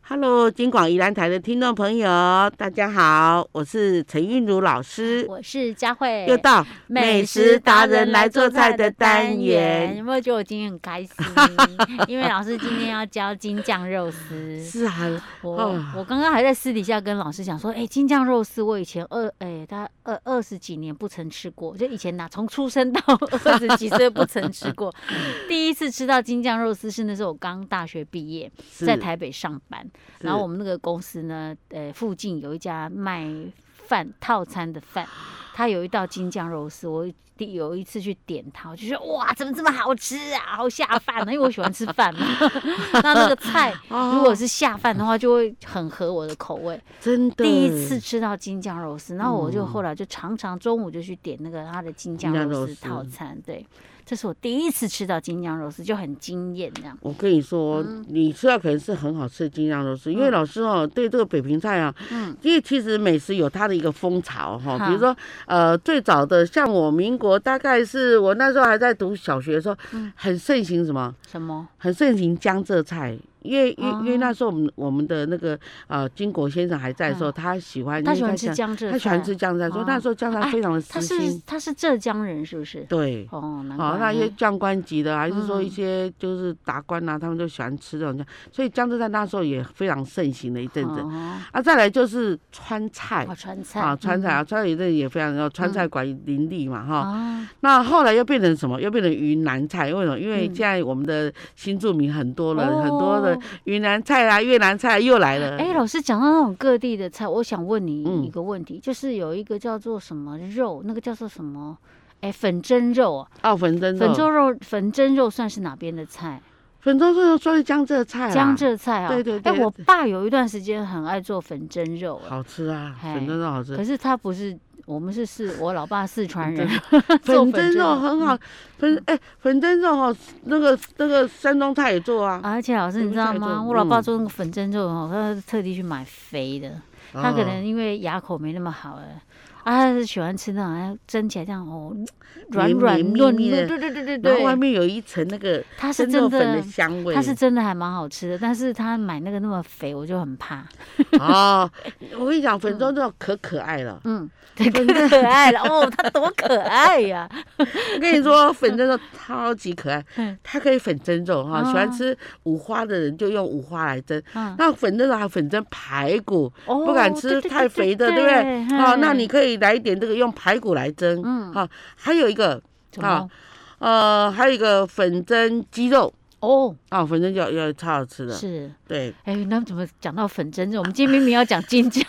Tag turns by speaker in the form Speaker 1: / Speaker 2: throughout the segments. Speaker 1: Hello，金广宜兰台的听众朋友，大家好，我是陈韵如老师，
Speaker 2: 我是佳慧，
Speaker 1: 又到美食达人来做菜的单
Speaker 2: 有
Speaker 1: 元。
Speaker 2: 没有觉得我今天很开 心？因为老师今天要教京酱肉丝。
Speaker 1: 是啊，
Speaker 2: 我
Speaker 1: 哦
Speaker 2: 我刚刚还在私底下跟老师讲说，哎、京酱肉丝我以前二哎、大概二二十几年不曾吃过，就以前哪从出生到 二十几岁不曾 吃过。第一次吃到京酱肉丝是那时候我刚大学毕业，
Speaker 1: 是
Speaker 2: 在台北上班，然后我
Speaker 1: 们
Speaker 2: 们那个公司呢，呃，附近有一家卖饭套餐的饭，它有一道京酱肉丝，我第有一次去点它，我就说哇，怎么这么好吃啊，好下饭啊，因为我喜欢吃饭嘛。 那那个菜
Speaker 1: 哦
Speaker 2: 如果是下饭的话，就会很合我的口味。
Speaker 1: 真的
Speaker 2: 第一次吃到京酱肉丝，然后我就
Speaker 1: 嗯
Speaker 2: 后来就常常中午就去点那个它的京酱
Speaker 1: 京酱
Speaker 2: 肉
Speaker 1: 肉
Speaker 2: 丝
Speaker 1: 丝
Speaker 2: 套餐，对，这是我第一次吃到京酱肉丝，就很惊艳这样。
Speaker 1: 我跟你说，你吃到可能是很好吃的京酱肉丝，因为
Speaker 2: 嗯
Speaker 1: 老师哦，对这个北平菜啊，
Speaker 2: 嗯
Speaker 1: 因为其实美食有它的一个风潮哈，
Speaker 2: 好
Speaker 1: 比如说呃，最早的像我民国大概是我那时候还在读小学的时候，
Speaker 2: 嗯
Speaker 1: 很盛行什么，
Speaker 2: 什么？
Speaker 1: 很盛行江浙菜。因为因为因为
Speaker 2: 哦
Speaker 1: 那时候我们我们的那个呃金国先生还在的时候，他喜欢
Speaker 2: 哦他
Speaker 1: 因为
Speaker 2: 喜欢吃
Speaker 1: 讲
Speaker 2: 江浙菜，
Speaker 1: 他喜欢吃江菜，说
Speaker 2: 哦
Speaker 1: 那时候江菜
Speaker 2: 哎
Speaker 1: 非常的
Speaker 2: 他
Speaker 1: 时
Speaker 2: 是
Speaker 1: 兴，
Speaker 2: 他是浙江人是不是？
Speaker 1: 对，
Speaker 2: 哦，难怪
Speaker 1: 好，那一些
Speaker 2: 呢
Speaker 1: 将官级的，还是说一
Speaker 2: 嗯
Speaker 1: 些就是达官啊，他们就喜欢吃这种酱，所以江浙菜那时候也非常盛行的一阵子。
Speaker 2: 哦
Speaker 1: 啊，再来就是川菜
Speaker 2: 哦，川菜嗯
Speaker 1: 啊，川菜啊，川菜一阵也非常，然后川菜馆林立嘛哈。
Speaker 2: 啊，
Speaker 1: 那后来又变成什么？又变成云南菜，为什么？因为
Speaker 2: 嗯
Speaker 1: 现在我们的新住民很多了，
Speaker 2: 哦
Speaker 1: 很多的。云南菜啊、越南菜又来了。
Speaker 2: 哎，老师讲到那种各地的菜，我想问
Speaker 1: 嗯
Speaker 2: 你一个问题，就是有一个叫做什么肉，那个叫做什么？哎，粉蒸肉啊，
Speaker 1: 哦，粉蒸
Speaker 2: 粉
Speaker 1: 肉，
Speaker 2: 蒸肉，粉蒸肉算是哪边的菜？
Speaker 1: 粉蒸肉算是江浙菜啦，
Speaker 2: 江浙菜啊。
Speaker 1: 对对对
Speaker 2: 哎，我爸有一段时间很爱做粉蒸肉，哎
Speaker 1: 好吃啊，
Speaker 2: 嘿
Speaker 1: 粉蒸肉好吃。
Speaker 2: 可是他不是，我们是四，我老爸四川人， 做
Speaker 1: 粉
Speaker 2: 嗯
Speaker 1: 蒸肉很好，粉哎、粉蒸肉哦，那个那个山东菜也做啊，
Speaker 2: 而且老师，你知道
Speaker 1: 我们家也
Speaker 2: 吗？
Speaker 1: 做
Speaker 2: 我老爸
Speaker 1: 嗯
Speaker 2: 做那个粉蒸肉哦，他特地去买肥的。他
Speaker 1: 哦啊
Speaker 2: 可能因为牙口没那么好了，啊，他是喜欢吃那种哎蒸起来这样哦，软
Speaker 1: 绵
Speaker 2: 软
Speaker 1: 绵
Speaker 2: 嫩
Speaker 1: 密密
Speaker 2: 嫩，
Speaker 1: 的
Speaker 2: 对对对对
Speaker 1: 然后外
Speaker 2: 对，
Speaker 1: 面有一层那个
Speaker 2: 他是
Speaker 1: 蒸肉
Speaker 2: 真
Speaker 1: 粉的
Speaker 2: 的。
Speaker 1: 香味，
Speaker 2: 他是真的还蛮好吃的，但是他买那个那么肥，我就很怕。
Speaker 1: 哦，我跟你讲，粉蒸肉可可爱了，
Speaker 2: 嗯，太可爱了哦，他多可爱呀！
Speaker 1: 我跟你说，粉蒸肉超级可爱
Speaker 2: 嗯，
Speaker 1: 它可以粉蒸肉哈，
Speaker 2: 哦
Speaker 1: 喜欢吃五花的人就用五花来蒸，
Speaker 2: 嗯，
Speaker 1: 那粉蒸肉还有粉蒸排骨，
Speaker 2: 哦
Speaker 1: 不敢吃太肥的，对不对？哦，那你可以来一点这个用排骨来蒸，
Speaker 2: 嗯
Speaker 1: 啊，还有一个啊
Speaker 2: 啊
Speaker 1: 呃，还有一个粉蒸鸡肉。
Speaker 2: 哦
Speaker 1: 哦，粉蒸饺要超好吃的，
Speaker 2: 是
Speaker 1: 对，
Speaker 2: 哎，那怎么讲到粉蒸肉？我们今天明明要讲京酱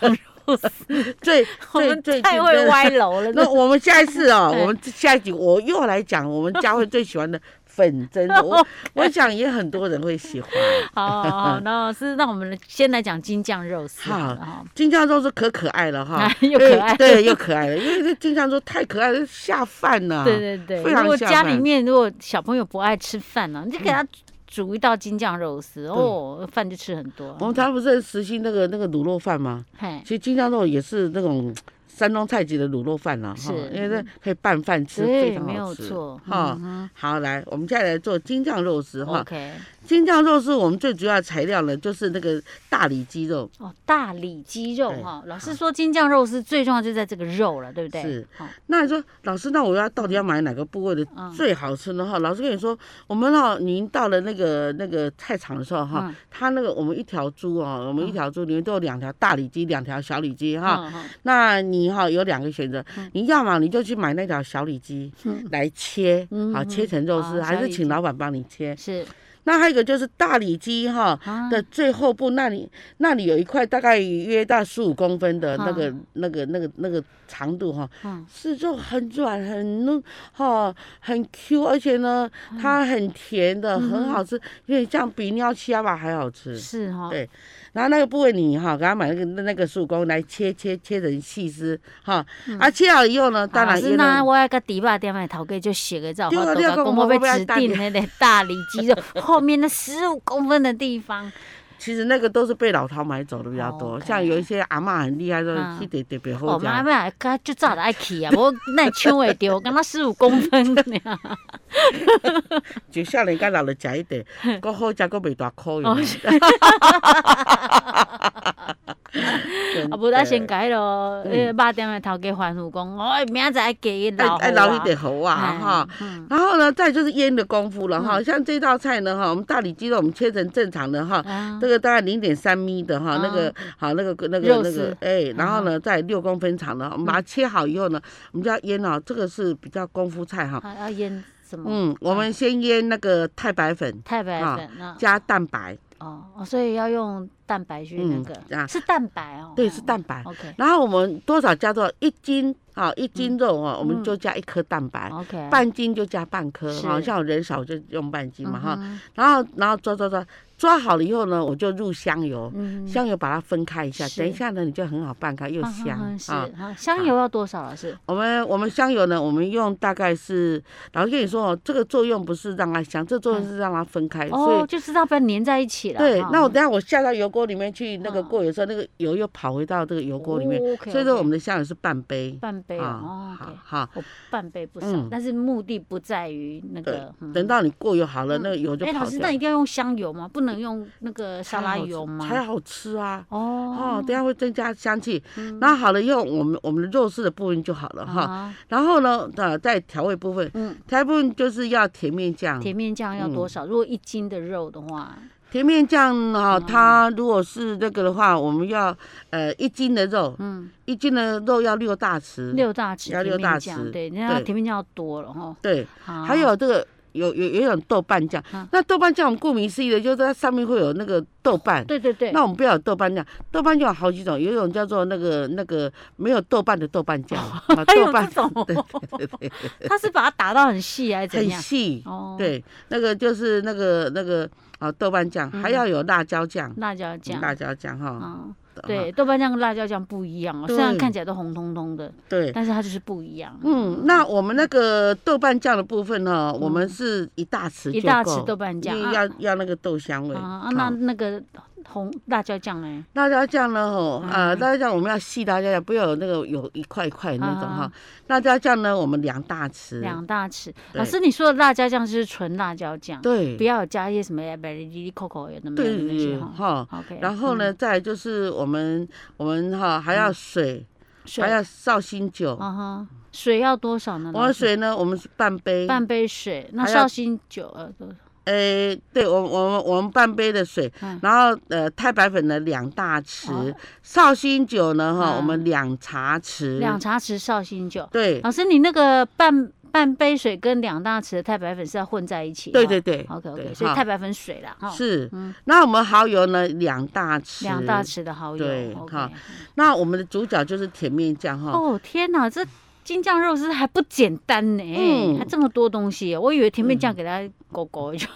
Speaker 2: 肉丝，
Speaker 1: 最
Speaker 2: 我
Speaker 1: 最
Speaker 2: 们
Speaker 1: 最
Speaker 2: 太会。歪楼了。
Speaker 1: 那我们下一次哦，
Speaker 2: 对
Speaker 1: 我们下一集我又来讲我们佳慧最喜欢的粉 蒸肉，我我想也很多人会喜欢。
Speaker 2: 好好 好，那老师，那我们先来讲京酱肉丝
Speaker 1: 好
Speaker 2: 了哈。
Speaker 1: 金酱肉是可可爱了哈
Speaker 2: 啊， 又可爱
Speaker 1: 对，对又可爱了，因为这金酱肉太可爱了，下饭呐。
Speaker 2: 对对对，
Speaker 1: 啊非常
Speaker 2: 如果
Speaker 1: 下
Speaker 2: 家
Speaker 1: 饭
Speaker 2: 里面如果小朋友不爱吃饭呢、你就给
Speaker 1: 嗯
Speaker 2: 他煮一道京酱肉丝，哦，饭就吃很多。
Speaker 1: 我们台湾不是实行那个那个卤肉饭吗？
Speaker 2: 嘿
Speaker 1: 其，实金酱肉也是那种山东菜级的卤肉饭了哈
Speaker 2: 是，嗯
Speaker 1: 因为这可以拌饭吃，非
Speaker 2: 对，
Speaker 1: 常
Speaker 2: 没有
Speaker 1: 好吃。
Speaker 2: 错。
Speaker 1: 哈
Speaker 2: 嗯哦
Speaker 1: 好，来，我们现在来做京酱肉丝
Speaker 2: 哼
Speaker 1: 哈。
Speaker 2: ，OK，
Speaker 1: 京酱肉丝我们最主要的材料呢，就是那个大理鸡肉，
Speaker 2: 哦，大理鸡肉
Speaker 1: 对
Speaker 2: 哈，老师说京酱肉丝最重要就在这个肉了，对不对？
Speaker 1: 是
Speaker 2: 好，
Speaker 1: 那你说，老师，那我要到底要买哪个部位的
Speaker 2: 嗯
Speaker 1: 最好吃呢？哈、老师跟你说，我们哈、您到了那个那个菜场的时候哈，
Speaker 2: 嗯
Speaker 1: 它那个我们一条猪哦，我们一条猪里面都有两条大里脊，两条小里脊哈。
Speaker 2: 嗯，嗯
Speaker 1: 那你哈、有两个选择，你要么你就去买那条小里脊来切，
Speaker 2: 嗯
Speaker 1: 好
Speaker 2: 嗯
Speaker 1: 切成肉丝，
Speaker 2: 哦
Speaker 1: 还
Speaker 2: 小
Speaker 1: 是
Speaker 2: 里
Speaker 1: 请
Speaker 2: 脊
Speaker 1: 老板帮你切。
Speaker 2: 是
Speaker 1: 那还有一个就是大里脊哈、
Speaker 2: 啊，
Speaker 1: 的最后部那里，那里有一块大概约到十五公分的那个、
Speaker 2: 嗯
Speaker 1: 那个、那个、那个长度哈，
Speaker 2: 嗯
Speaker 1: 是肉很软很嫩哈，很 Q，而且呢，
Speaker 2: 啊
Speaker 1: 它很甜的，
Speaker 2: 嗯
Speaker 1: 很好吃，有点像比尿奇亚吧还好吃。
Speaker 2: 是哈，
Speaker 1: 对然后那个部位你哈，给它买那个那个十五公分来切切切成细丝哈，啊切好以后呢，当
Speaker 2: 啊
Speaker 1: 然
Speaker 2: 老
Speaker 1: 也
Speaker 2: 师嗯那
Speaker 1: 能
Speaker 2: 我要个猪肉店卖头家就写个照，
Speaker 1: 对啊
Speaker 2: 我
Speaker 1: 你要
Speaker 2: 都
Speaker 1: 讲
Speaker 2: 讲
Speaker 1: 我
Speaker 2: 我
Speaker 1: 要
Speaker 2: 被指
Speaker 1: 大理
Speaker 2: 定那个大理鸡肉后面那十五公分的地方，
Speaker 1: 其实那个都是被老头买走的比较多，
Speaker 2: 哦 OK
Speaker 1: 像有一些阿嬷很厉害，说
Speaker 2: 嗯
Speaker 1: 去得得别
Speaker 2: 哦，
Speaker 1: 后
Speaker 2: 妈
Speaker 1: 家。
Speaker 2: 妈，他就早就爱去啊， 无那抢会着，敢若十五公分的 呀。
Speaker 1: 就少年甲老了食一 块，搁好食搁袂大苦
Speaker 2: 哦
Speaker 1: 哟。
Speaker 2: 是
Speaker 1: 真
Speaker 2: 啊，无咱
Speaker 1: 的
Speaker 2: 先改咯，
Speaker 1: 嗯
Speaker 2: 迄肉店的头家吩咐讲，哦，明仔载加一
Speaker 1: 爱爱
Speaker 2: 老好
Speaker 1: 哎捞一
Speaker 2: 啊
Speaker 1: 点猴啊
Speaker 2: 哎
Speaker 1: 哈。
Speaker 2: 嗯
Speaker 1: 然后呢，再就是腌的功夫了哈，像这道菜呢哈，我们大里脊肉我们切成正常的哈，
Speaker 2: 啊
Speaker 1: 这个大概零点三米的哈，那个好那个那个
Speaker 2: 哦肉
Speaker 1: 那个
Speaker 2: 丝嗯
Speaker 1: 哎，然后呢再六公分长的，我们把它切好以后呢，我们就要腌哦，这个是比较功夫菜哈。
Speaker 2: 啊要腌什么？
Speaker 1: 嗯，我们先腌那个太白粉
Speaker 2: 太白
Speaker 1: 啊
Speaker 2: 粉啊，
Speaker 1: 加蛋白，
Speaker 2: 哦，哦所以要用蛋白去那
Speaker 1: 嗯
Speaker 2: 个，
Speaker 1: 啊
Speaker 2: 是蛋白哦，
Speaker 1: 对，是蛋白。
Speaker 2: ，OK
Speaker 1: 然后我们多少加多少一斤啊，一
Speaker 2: 嗯
Speaker 1: 斤肉哦，我们就加一颗蛋白。
Speaker 2: OK，
Speaker 1: 半斤就加半颗，
Speaker 2: 哦是
Speaker 1: 哈，像我人少就用半斤嘛哈，
Speaker 2: 嗯
Speaker 1: 然后然后抓抓抓抓好了以后呢，我就入香油，
Speaker 2: 嗯
Speaker 1: 香油把它分开一下，
Speaker 2: 是
Speaker 1: 等一下呢你就很好拌开，又
Speaker 2: 啊
Speaker 1: 香
Speaker 2: 啊是
Speaker 1: 啊。
Speaker 2: 啊，香油要多少老师？
Speaker 1: 我们我们香油呢，我们用大概是，老师跟你说哦，这个作用不是让它香，这作用是让它分开，哎所
Speaker 2: 哦，
Speaker 1: 以。
Speaker 2: 就知道不要粘在一起了。
Speaker 1: 对
Speaker 2: 哈，
Speaker 1: 那我等下我下到油锅里面去那个
Speaker 2: 嗯
Speaker 1: 过油的时候，那个油又跑回到这个油锅里面
Speaker 2: 哦，，OK，
Speaker 1: 所以说
Speaker 2: OK
Speaker 1: 我们的香油是半杯，
Speaker 2: 半杯哦
Speaker 1: 啊，
Speaker 2: 哦，OK
Speaker 1: 好，
Speaker 2: 哦，半杯不少
Speaker 1: 嗯，
Speaker 2: 但是目的不在于那
Speaker 1: 对
Speaker 2: 个。嗯，
Speaker 1: 等到你过油好了，
Speaker 2: 嗯
Speaker 1: 那个油就
Speaker 2: 哎，
Speaker 1: 跑
Speaker 2: 老师，
Speaker 1: 掉
Speaker 2: 那
Speaker 1: 了
Speaker 2: 一定要用香油吗？不能用那个沙拉油吗？
Speaker 1: 才好吃啊。哦
Speaker 2: 哦，，
Speaker 1: 等下会增加香气。
Speaker 2: 嗯
Speaker 1: 那好了以后，我们我们的肉丝的部分就好了哈。
Speaker 2: 啊，
Speaker 1: 然后呢，呃，在调味部分，
Speaker 2: 嗯，
Speaker 1: 调味部分就是要甜面酱。
Speaker 2: 甜面酱要
Speaker 1: 嗯
Speaker 2: 多少？如果一斤的肉的话，
Speaker 1: 甜面酱呢、
Speaker 2: 嗯
Speaker 1: 它如果是那个的话，我们要呃一斤的肉，
Speaker 2: 嗯，
Speaker 1: 一斤的肉要六大匙。
Speaker 2: 六大匙
Speaker 1: 嗯要
Speaker 2: 甜
Speaker 1: 六
Speaker 2: 面
Speaker 1: 大
Speaker 2: 酱，
Speaker 1: 匙
Speaker 2: 对，那
Speaker 1: 对
Speaker 2: 甜面酱要多了哈。
Speaker 1: 对，
Speaker 2: 啊
Speaker 1: 还有这个有有有一种豆瓣酱
Speaker 2: 嗯。
Speaker 1: 那豆瓣酱我们顾名思义的，就是它上面会有那个豆瓣。
Speaker 2: 对对对，
Speaker 1: 那我们不要有豆瓣酱，豆瓣酱有好几种，有一种叫做那个那个没有豆瓣的豆瓣酱，啊
Speaker 2: 还
Speaker 1: 豆
Speaker 2: 有这
Speaker 1: 瓣
Speaker 2: 种哦，
Speaker 1: 对对对对，
Speaker 2: 他是把它打到很细还是怎
Speaker 1: 很
Speaker 2: 样？
Speaker 1: 细。
Speaker 2: 哦，，
Speaker 1: 对，那个就是那个那个啊，豆瓣酱，还要有辣椒酱，
Speaker 2: 嗯辣椒酱，
Speaker 1: 辣椒酱哈，
Speaker 2: 嗯，
Speaker 1: 哈
Speaker 2: 对，豆瓣酱跟辣椒酱不一样哦，虽
Speaker 1: 对
Speaker 2: 然看起来都红彤彤的，
Speaker 1: 对，
Speaker 2: 但是它就是不一样。啊
Speaker 1: 嗯，那我们那个豆瓣酱的部分呢，我们是一大匙
Speaker 2: 嗯一
Speaker 1: 就
Speaker 2: 大匙
Speaker 1: 够
Speaker 2: 豆，瓣酱
Speaker 1: 因
Speaker 2: 啊
Speaker 1: 为要要那个豆香味。
Speaker 2: 啊，啊
Speaker 1: 好
Speaker 2: 那那个红辣椒酱呢？
Speaker 1: 辣椒酱呢，吼，呃，
Speaker 2: 嗯
Speaker 1: 辣椒酱我们要细辣椒酱，不要有那个有一块一块的那种哈
Speaker 2: 啊。
Speaker 1: 辣椒酱呢，我们两大匙，
Speaker 2: 两大匙。
Speaker 1: 对
Speaker 2: 老师，你说的辣椒酱就是纯辣椒酱，
Speaker 1: 对
Speaker 2: 不，要加一些什么 b e r y coco 有的没有的那些
Speaker 1: 对
Speaker 2: 哈。
Speaker 1: 哈。
Speaker 2: OK。
Speaker 1: 然后呢，
Speaker 2: 嗯，
Speaker 1: 再来就是我们我们哈还要水，
Speaker 2: 水
Speaker 1: 还要绍兴酒。
Speaker 2: 啊哈，水要多少呢？
Speaker 1: 我
Speaker 2: 老
Speaker 1: 们
Speaker 2: 师
Speaker 1: 水呢，我们是半杯，
Speaker 2: 半杯水，那
Speaker 1: 还要
Speaker 2: 绍兴酒呃多少
Speaker 1: 诶、对我我们我们半杯的水，
Speaker 2: 嗯
Speaker 1: 然后呃太白粉呢两大匙
Speaker 2: 哦，
Speaker 1: 绍、兴酒呢哈、
Speaker 2: 嗯
Speaker 1: 我们两茶匙，
Speaker 2: 两茶哦匙绍兴酒。
Speaker 1: 对
Speaker 2: 老师，你那个半半杯水跟两大匙的太白粉是要混在一起。
Speaker 1: 对对。对
Speaker 2: OK
Speaker 1: 对
Speaker 2: OK，所以哦
Speaker 1: 哈
Speaker 2: 太白粉水啦，哈，
Speaker 1: 是，
Speaker 2: 嗯
Speaker 1: 那我们蚝油呢两大匙，
Speaker 2: 两大，匙的蚝
Speaker 1: 对
Speaker 2: 油。OK
Speaker 1: 哈。那我们的主角就是甜面酱哈、
Speaker 2: 哦天哪，这京酱肉丝还不简单呢、
Speaker 1: 嗯
Speaker 2: 它这么多东西，我以为甜面酱给它狗狗就、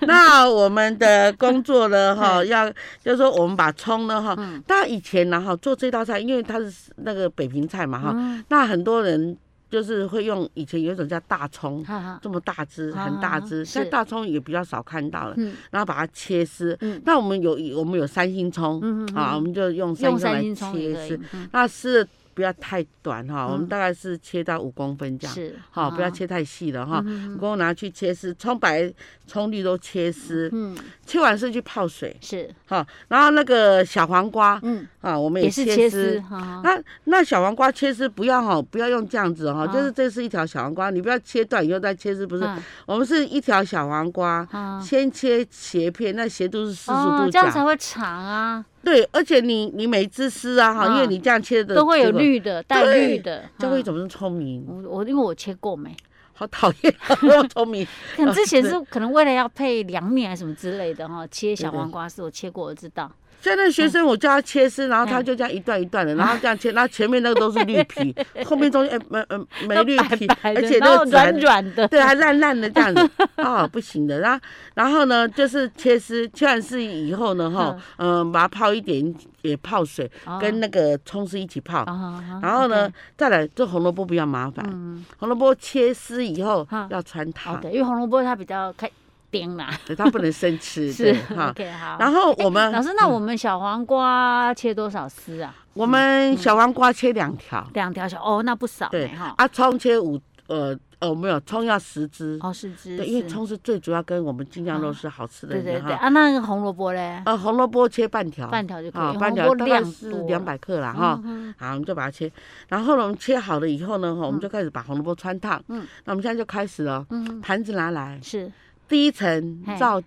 Speaker 1: 那我们的工作 呢哈，要就是说我们把葱呢哈，
Speaker 2: 嗯
Speaker 1: 那以前呢哈做这道菜，因为它是那个北平菜嘛哈，
Speaker 2: 嗯，
Speaker 1: 那很多人就是会用以前有一种叫大葱，
Speaker 2: 哈哈，
Speaker 1: 这么大只，很
Speaker 2: 啊
Speaker 1: 大只，现在
Speaker 2: 是
Speaker 1: 大葱也比较少看到了。
Speaker 2: 嗯
Speaker 1: 然后把它切丝
Speaker 2: 嗯，
Speaker 1: 那我们有我们有三星葱
Speaker 2: 嗯嗯
Speaker 1: 啊，我们就用三
Speaker 2: 用
Speaker 1: 星
Speaker 2: 三星
Speaker 1: 葱
Speaker 2: 葱
Speaker 1: 来
Speaker 2: 也
Speaker 1: 切
Speaker 2: 可以
Speaker 1: 丝，，
Speaker 2: 嗯
Speaker 1: 那丝不要太短哈，我
Speaker 2: 嗯
Speaker 1: 们大概是切到五公分这样，
Speaker 2: 是
Speaker 1: 好，不要
Speaker 2: 啊
Speaker 1: 切太细了哈。
Speaker 2: 嗯
Speaker 1: 五公分拿去切丝，葱白、葱绿都切丝，
Speaker 2: 嗯
Speaker 1: 切完丝去泡水
Speaker 2: 是
Speaker 1: 哈。然后那个小黄瓜
Speaker 2: 嗯
Speaker 1: 啊，我们
Speaker 2: 也是
Speaker 1: 切
Speaker 2: 切
Speaker 1: 丝
Speaker 2: 丝，哈，
Speaker 1: 那那小黄瓜切丝不要哈，不要用这样子哈，
Speaker 2: 啊
Speaker 1: 就是这是一条小黄瓜，你不要切断以后再切丝，不是，
Speaker 2: 啊
Speaker 1: 我们是一条小黄瓜。
Speaker 2: 啊
Speaker 1: 先切斜片，那斜度是四十
Speaker 2: 哦
Speaker 1: 度
Speaker 2: 这
Speaker 1: 角。
Speaker 2: 样才会长啊，
Speaker 1: 对，而且你你每一只丝啊哈，
Speaker 2: 啊
Speaker 1: 因为你这样切的
Speaker 2: 都会有
Speaker 1: 结果，
Speaker 2: 绿的带
Speaker 1: 对
Speaker 2: 绿的，
Speaker 1: 教会
Speaker 2: 啊
Speaker 1: 怎么聪明，
Speaker 2: 我我因为我切 过没，
Speaker 1: 好讨厌，好聪 明。
Speaker 2: 可能之
Speaker 1: 哦
Speaker 2: 前是可能为了要配凉面还是什么之类的哈，切小黄瓜是我切过，我知道。
Speaker 1: 现在学生我叫他切丝，然后他
Speaker 2: 嗯
Speaker 1: 就这样一段一段的，然后这样切，然后前面那个都是绿 皮，后面中间哎没呃没
Speaker 2: 都
Speaker 1: 绿
Speaker 2: 白
Speaker 1: 皮，
Speaker 2: 白的
Speaker 1: 而且
Speaker 2: 然
Speaker 1: 那
Speaker 2: 后
Speaker 1: 个籽还
Speaker 2: 软软的，
Speaker 1: 对，还烂烂的这 样子啊、不行的。然后，然后呢，就是切丝，切完丝以后呢，哈，嗯、把它泡一点也泡水，
Speaker 2: 哦
Speaker 1: 跟那个葱丝一起泡。
Speaker 2: 啊
Speaker 1: 然后呢
Speaker 2: OK，
Speaker 1: 再来做红萝卜比较麻烦，
Speaker 2: 嗯，
Speaker 1: 红萝卜切丝以后
Speaker 2: 哈
Speaker 1: 要穿
Speaker 2: 哦
Speaker 1: 糖，
Speaker 2: 对，因为红萝卜它比较开丁啦，
Speaker 1: 对它不能生吃，
Speaker 2: 是
Speaker 1: 对哈。
Speaker 2: OK 好。哎
Speaker 1: 然后我们、嗯
Speaker 2: 老师，那我们小黄瓜切多少丝啊？
Speaker 1: 我们小黄瓜切两条，
Speaker 2: 两条小哦，那不少
Speaker 1: 对
Speaker 2: 呢哈。
Speaker 1: 啊，葱切五呃哦没有，葱要十只，
Speaker 2: 哦，是汁，
Speaker 1: 对，因为
Speaker 2: 是
Speaker 1: 葱是最主要跟我们京酱肉是好吃的
Speaker 2: 对
Speaker 1: 一
Speaker 2: 对
Speaker 1: 样
Speaker 2: 对
Speaker 1: 哈。
Speaker 2: 啊，那个红萝卜嘞，
Speaker 1: 呃，红萝卜切半条，
Speaker 2: 半条就可以，
Speaker 1: 啊，
Speaker 2: 因为
Speaker 1: 半
Speaker 2: 红
Speaker 1: 条
Speaker 2: 萝
Speaker 1: 大
Speaker 2: 卜
Speaker 1: 概
Speaker 2: 量
Speaker 1: 是
Speaker 2: 多
Speaker 1: 两百克啦哈。
Speaker 2: 嗯
Speaker 1: 好，我们就把它切，然后呢，我们切好了以后呢，哈我们就开始把红萝卜穿烫。
Speaker 2: 嗯，
Speaker 1: 那我们现在就开始了，
Speaker 2: 嗯，
Speaker 1: 盘子拿来，
Speaker 2: 是
Speaker 1: 第一层
Speaker 2: 嘿
Speaker 1: 照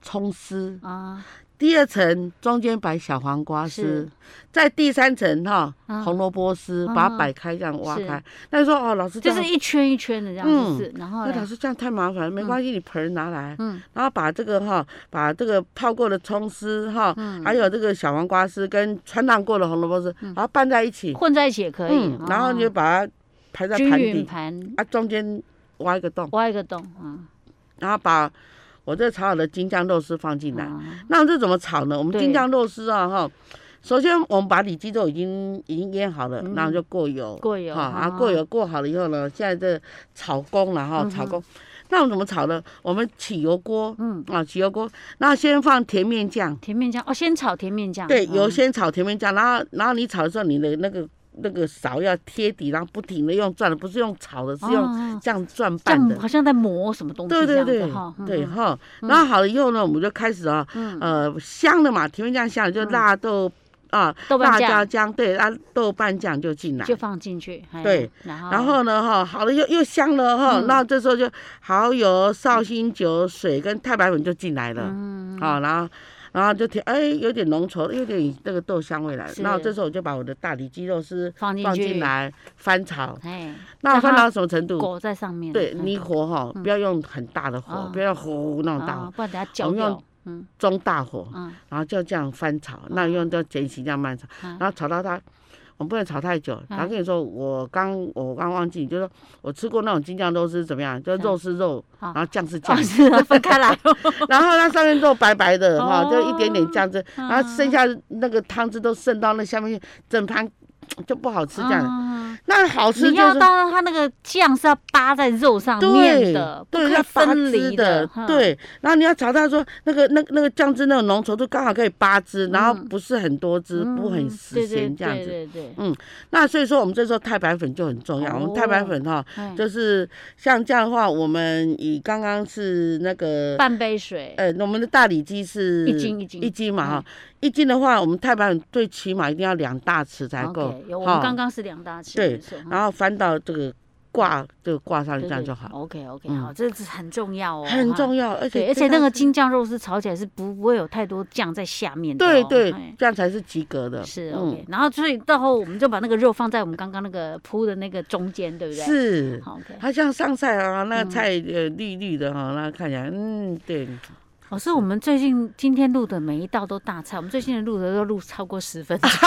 Speaker 1: 葱丝，
Speaker 2: 啊，
Speaker 1: 第二层中间摆小黄瓜丝
Speaker 2: 是，
Speaker 1: 在第三层哈
Speaker 2: 嗯
Speaker 1: 红萝卜丝，
Speaker 2: 嗯
Speaker 1: 把它
Speaker 2: 哼
Speaker 1: 摆开这样挖
Speaker 2: 是
Speaker 1: 开。那你说哦，老师这
Speaker 2: 就
Speaker 1: 样
Speaker 2: 是一圈一圈的这样
Speaker 1: 嗯
Speaker 2: 子，然后
Speaker 1: 那老
Speaker 2: 嘞，
Speaker 1: 师这样太麻烦了，没关系，你盆儿拿来，
Speaker 2: 嗯
Speaker 1: 然后把这个哈，把这个泡过的葱丝哈，
Speaker 2: 嗯
Speaker 1: 还有这个小黄瓜丝跟穿烫过的红萝卜丝，然后拌在一起，
Speaker 2: 混在一起也嗯可以
Speaker 1: 嗯，，然后你就
Speaker 2: 哦
Speaker 1: 把它排在
Speaker 2: 均
Speaker 1: 盘
Speaker 2: 匀
Speaker 1: 底，
Speaker 2: 盘
Speaker 1: 啊，中间挖一个洞，
Speaker 2: 挖一个洞啊，
Speaker 1: 然后把我这炒好的京酱肉丝放进来。
Speaker 2: 啊
Speaker 1: 那这怎么炒呢？我们
Speaker 2: 对
Speaker 1: 京酱肉丝啊哈，首先我们把里脊肉已经已经腌好了，然后就过油。
Speaker 2: 嗯过油
Speaker 1: 哈，然后
Speaker 2: 哦
Speaker 1: 过油过好了以后呢，现在这炒工了哈，炒工。那我们怎么炒呢？我们起油锅，
Speaker 2: 嗯，
Speaker 1: 啊，起油锅，然后先放甜面酱，
Speaker 2: 甜面酱哦，先炒甜面酱，
Speaker 1: 对，
Speaker 2: 嗯
Speaker 1: 油先炒甜面酱，然后然后你炒的时候，你的那个那个勺要贴底，然后不停的用转的，不是用炒的，是用
Speaker 2: 哦
Speaker 1: 这样转
Speaker 2: 这
Speaker 1: 拌的
Speaker 2: 样。好像在磨什么东西
Speaker 1: 对
Speaker 2: 这
Speaker 1: 对
Speaker 2: 样
Speaker 1: 对
Speaker 2: 子哈，嗯
Speaker 1: 对
Speaker 2: 嗯
Speaker 1: 哈，然后好了以后呢，我们就开始啊，
Speaker 2: 嗯
Speaker 1: 呃，香的嘛，甜面酱香的就辣豆啊，
Speaker 2: 嗯豆瓣
Speaker 1: 辣
Speaker 2: 酱
Speaker 1: 椒酱，对，辣豆瓣酱就进来，
Speaker 2: 就放进去，哎
Speaker 1: 对，
Speaker 2: 然后
Speaker 1: 然后呢，哈，好了又又香了哈，
Speaker 2: 嗯
Speaker 1: 那这时候就蚝油、绍兴酒、水跟太白粉就进来了，
Speaker 2: 嗯
Speaker 1: 啊，然后然后就甜，哎，有点浓稠，有点那个豆香味来了。
Speaker 2: 是
Speaker 1: 然后这时候我就把我的大理鸡肉丝
Speaker 2: 放进
Speaker 1: 放
Speaker 2: 去
Speaker 1: 进，来翻炒，
Speaker 2: 哎，
Speaker 1: 那
Speaker 2: 让
Speaker 1: 翻
Speaker 2: 它
Speaker 1: 到什么程度？
Speaker 2: 裹在上面，
Speaker 1: 对，
Speaker 2: 嗯
Speaker 1: 你火哈，不要用很大的火
Speaker 2: 哦，
Speaker 1: 不要呼那种大
Speaker 2: 啊，
Speaker 1: 火，
Speaker 2: 不然等下搅
Speaker 1: 们用
Speaker 2: 掉，嗯
Speaker 1: 中大火，
Speaker 2: 嗯，
Speaker 1: 然后就这样翻炒，那用就剪起这样慢炒，
Speaker 2: 嗯
Speaker 1: 然后炒到它。我们不能炒太久，然后跟你说，我刚我刚忘记，就是说我吃过那种京酱肉丝怎么样？就
Speaker 2: 嗯
Speaker 1: 肉是肉，
Speaker 2: 好
Speaker 1: 然后酱是
Speaker 2: 哦
Speaker 1: 酱，
Speaker 2: 是 啊分开来，
Speaker 1: 然后它上面肉白白的哈，
Speaker 2: 哦嗯
Speaker 1: 就一点点酱汁，然后剩下那个汤汁都渗到那下面去，整盘就不好吃这样。
Speaker 2: 嗯
Speaker 1: 那好吃
Speaker 2: 你
Speaker 1: 就
Speaker 2: 要
Speaker 1: 是
Speaker 2: 到它那个酱是要扒在肉上面
Speaker 1: 对
Speaker 2: 的，不
Speaker 1: 对
Speaker 2: 可以
Speaker 1: 要拔
Speaker 2: 分
Speaker 1: 汁
Speaker 2: 离
Speaker 1: 的，
Speaker 2: 哈，
Speaker 1: 对。然后你要炒到说那个那那个酱汁那种浓稠度刚好可以八汁，然后不是很多汁，
Speaker 2: 嗯，
Speaker 1: 不很
Speaker 2: 对
Speaker 1: 死
Speaker 2: 对
Speaker 1: 咸这样子。
Speaker 2: 对对对，
Speaker 1: 那所以说我们这时候太白粉就很重要。我们太白粉哈，
Speaker 2: 哎
Speaker 1: 就是像这样的话，我们以刚刚是那个
Speaker 2: 半杯水，
Speaker 1: 呃，我们的大里脊是
Speaker 2: 一斤一斤嗯
Speaker 1: 一斤嘛哈，一斤的话，我们太白粉最起码一定要两大匙才够
Speaker 2: OK，有我
Speaker 1: 哈
Speaker 2: 们刚刚是两大匙，
Speaker 1: 对
Speaker 2: 没错，
Speaker 1: 然后翻到这个挂，这个挂上去
Speaker 2: 对
Speaker 1: 这样
Speaker 2: 对
Speaker 1: 就好，
Speaker 2: OK OK，
Speaker 1: 嗯
Speaker 2: 好，这是很重要哦，
Speaker 1: 很
Speaker 2: 哈
Speaker 1: 重要，而且
Speaker 2: 对，而且
Speaker 1: 这
Speaker 2: 那
Speaker 1: 样
Speaker 2: 个
Speaker 1: 是
Speaker 2: 京酱肉丝炒起来是不不会有太多酱在下面的、
Speaker 1: 对
Speaker 2: 哦，
Speaker 1: 对
Speaker 2: 哎，
Speaker 1: 这样才是及格的，嗯
Speaker 2: 是 OK，、然后所以到后我们就把那个肉放在我们刚刚那个铺的那个中间，对不对？，
Speaker 1: 是。
Speaker 2: 好 OK。
Speaker 1: 它像上菜啊，那个菜呃绿绿的哈，那看起来嗯对，
Speaker 2: 老师，我们最近今天录的每一道都大菜，我们最近录的都录超过十 分钟。好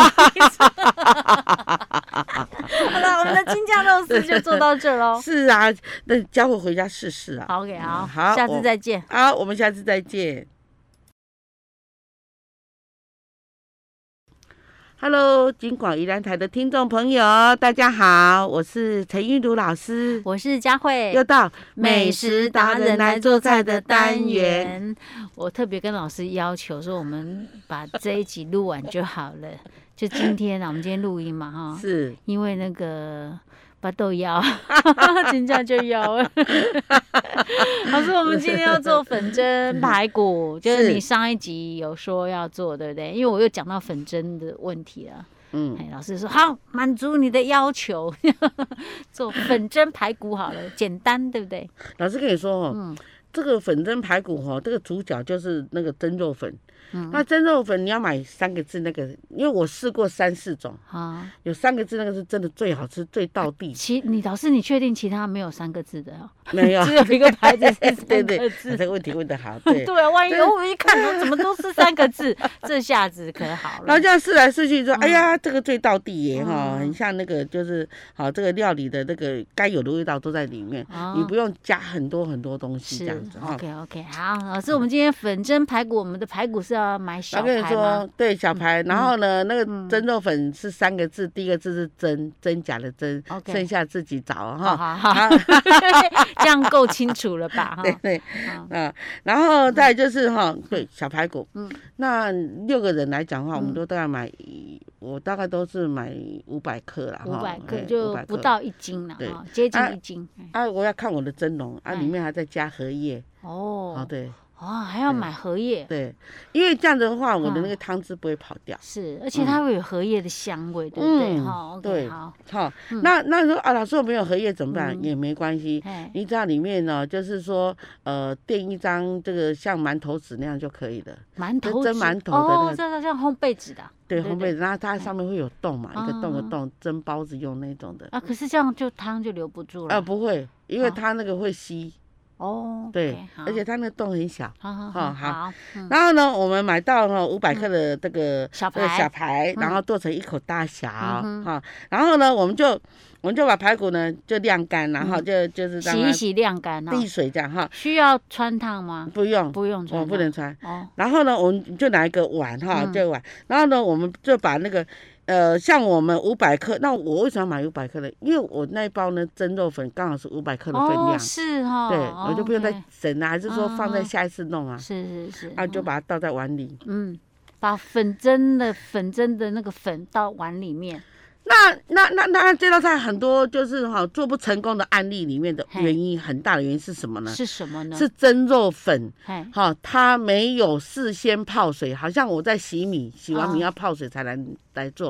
Speaker 2: 了，我们的京酱肉丝就做到这喽。
Speaker 1: 是啊，那家伙回家试试啊。
Speaker 2: 好 OK，好，
Speaker 1: 嗯好
Speaker 2: 下
Speaker 1: 我
Speaker 2: 次再见。
Speaker 1: 好，我们下次再见。Hello，金广宜兰台的听众朋友，大家好，我是陈玉茹老师，
Speaker 2: 我是佳慧，
Speaker 1: 又到美食达人来做菜的单元。。
Speaker 2: 我特别跟老师要求说，我们把这一集录完就好了。就今天啊，我们今天录音嘛，哈，
Speaker 1: 是，
Speaker 2: 因为那个巴豆 腰，今天就腰 了。老师，我们今天要做粉蒸排骨，就是
Speaker 1: 是
Speaker 2: 你上一集有说要做，对不对？因为我又讲到粉蒸的问题了。
Speaker 1: 嗯，
Speaker 2: 哎，老师说好，满足你的要求， 做粉蒸排骨好了，简单，对不对？
Speaker 1: 老师跟你说哦，
Speaker 2: 嗯
Speaker 1: 这个粉蒸排骨哈、哦，这个主角就是那个蒸肉粉。
Speaker 2: 嗯
Speaker 1: 那蒸肉粉你要买三个字那个，因为我试过三四种，
Speaker 2: 啊，
Speaker 1: 有三个字那个是真的最好吃、最到 地，
Speaker 2: 其你老师，你确定其他没有三个字的、哦？
Speaker 1: 没有。 啊
Speaker 2: 只有一个牌子是
Speaker 1: 对
Speaker 2: 三
Speaker 1: 对
Speaker 2: 个，
Speaker 1: 这
Speaker 2: 字。
Speaker 1: 个问题问得好，对。
Speaker 2: 对啊，万一
Speaker 1: 对
Speaker 2: 我一看，我怎么都是三个字，这下子可好
Speaker 1: 然
Speaker 2: 了
Speaker 1: 后。这样试来试去说，哎呀，这个最到地耶哈，
Speaker 2: 嗯
Speaker 1: 很像那个就是好这个料理的那个该有的味道都在里面，
Speaker 2: 啊
Speaker 1: 你不用加很多很多东西这样。样子哈。
Speaker 2: OK OK，好，老师，我们今天粉蒸排骨，我们的排骨是要买小
Speaker 1: 我跟你
Speaker 2: 排吗嗯
Speaker 1: 说？，对小排，然后呢，那个蒸肉粉是三个字，第一个字是真真假的真
Speaker 2: OK 哦
Speaker 1: 剩下自己找啊
Speaker 2: 好
Speaker 1: 哈。
Speaker 2: 好好， 这样够清楚了吧？哈
Speaker 1: 对， 对，
Speaker 2: 好
Speaker 1: 嗯，然后再就是哈，对小排骨，
Speaker 2: 嗯
Speaker 1: 那六个人来讲的话，我们都大概买一，我大概都是买五百克啦，
Speaker 2: 五
Speaker 1: 哈
Speaker 2: 百克
Speaker 1: 哎
Speaker 2: 就
Speaker 1: 500
Speaker 2: 不
Speaker 1: 克
Speaker 2: 到一斤了
Speaker 1: 对
Speaker 2: 哈，接近
Speaker 1: 啊
Speaker 2: 一斤。哎
Speaker 1: 啊，我要看我的蒸笼啊，里面还在加荷叶，哦
Speaker 2: 哦，
Speaker 1: 对
Speaker 2: 哦，还要买荷叶，
Speaker 1: 对，因为这样子的话，我
Speaker 2: 嗯
Speaker 1: 的那个汤汁不会跑掉。
Speaker 2: 是，而且它会有荷叶的香味，对不对？
Speaker 1: 嗯
Speaker 2: 哈，OK，
Speaker 1: 对
Speaker 2: 好，
Speaker 1: 好，那那说啊，老师我没有荷叶怎么办？
Speaker 2: 嗯
Speaker 1: 也没关系，
Speaker 2: 哎，
Speaker 1: 你只要里面呢，就是说呃垫一张这个像馒头纸那样就可以了。
Speaker 2: 馒
Speaker 1: 就
Speaker 2: 头
Speaker 1: 蒸
Speaker 2: 纸
Speaker 1: 馒头的那
Speaker 2: 哦，
Speaker 1: 个
Speaker 2: 这个像烘焙纸的啊，
Speaker 1: 对，
Speaker 2: 对
Speaker 1: 烘
Speaker 2: 对
Speaker 1: 焙，然后它上面会有洞嘛，一个洞个
Speaker 2: 嗯嗯嗯
Speaker 1: 洞，蒸包子用那种的。
Speaker 2: 啊，可是这样就汤就留不住
Speaker 1: 啊，
Speaker 2: 了。
Speaker 1: 不会，因为
Speaker 2: 好
Speaker 1: 它那个会吸，
Speaker 2: 哦，
Speaker 1: 对
Speaker 2: OK，好
Speaker 1: 而且它那个洞很小。
Speaker 2: 好好
Speaker 1: 好
Speaker 2: 好好，嗯
Speaker 1: 然后呢，我们买到了五百克的这个
Speaker 2: 小
Speaker 1: 这个
Speaker 2: 排
Speaker 1: 小排，然
Speaker 2: 嗯
Speaker 1: 后剁成一口大小哈、
Speaker 2: 嗯哼
Speaker 1: 然后呢，我们就我们就把排骨呢就晾干，然后就、就是让
Speaker 2: 嗯洗一
Speaker 1: 它
Speaker 2: 洗晾干哦。
Speaker 1: 沥水这样哈，
Speaker 2: 需要穿烫吗？
Speaker 1: 不用，
Speaker 2: 不用穿
Speaker 1: 我
Speaker 2: 烫，
Speaker 1: 不能穿。
Speaker 2: 哦，
Speaker 1: 然后呢，我们就拿一个碗哈，
Speaker 2: 嗯
Speaker 1: 这个碗，然后呢，我们就把那个呃，像我们五百克，那我为什么要买五百克的？因为我那一包呢蒸肉粉刚好是五百克的分量，
Speaker 2: 哦，是哈，
Speaker 1: 对，
Speaker 2: 哦
Speaker 1: 我就不用再
Speaker 2: OK
Speaker 1: 整了、还是说放在
Speaker 2: 嗯嗯
Speaker 1: 下一次弄啊，
Speaker 2: 是是是，
Speaker 1: 啊，就
Speaker 2: 嗯
Speaker 1: 把它倒在碗里。
Speaker 2: 嗯，把粉蒸的粉蒸的那个粉到碗里面，
Speaker 1: 那那那那这道菜很多就是哈、做不成功的案例里面的原因，很大的原因是什么呢？
Speaker 2: 是什么呢？
Speaker 1: 嗯是蒸肉粉
Speaker 2: 哎，
Speaker 1: 哈、它没有事先泡水，好像我在洗米，洗完米
Speaker 2: 哦
Speaker 1: 要泡水才能来做，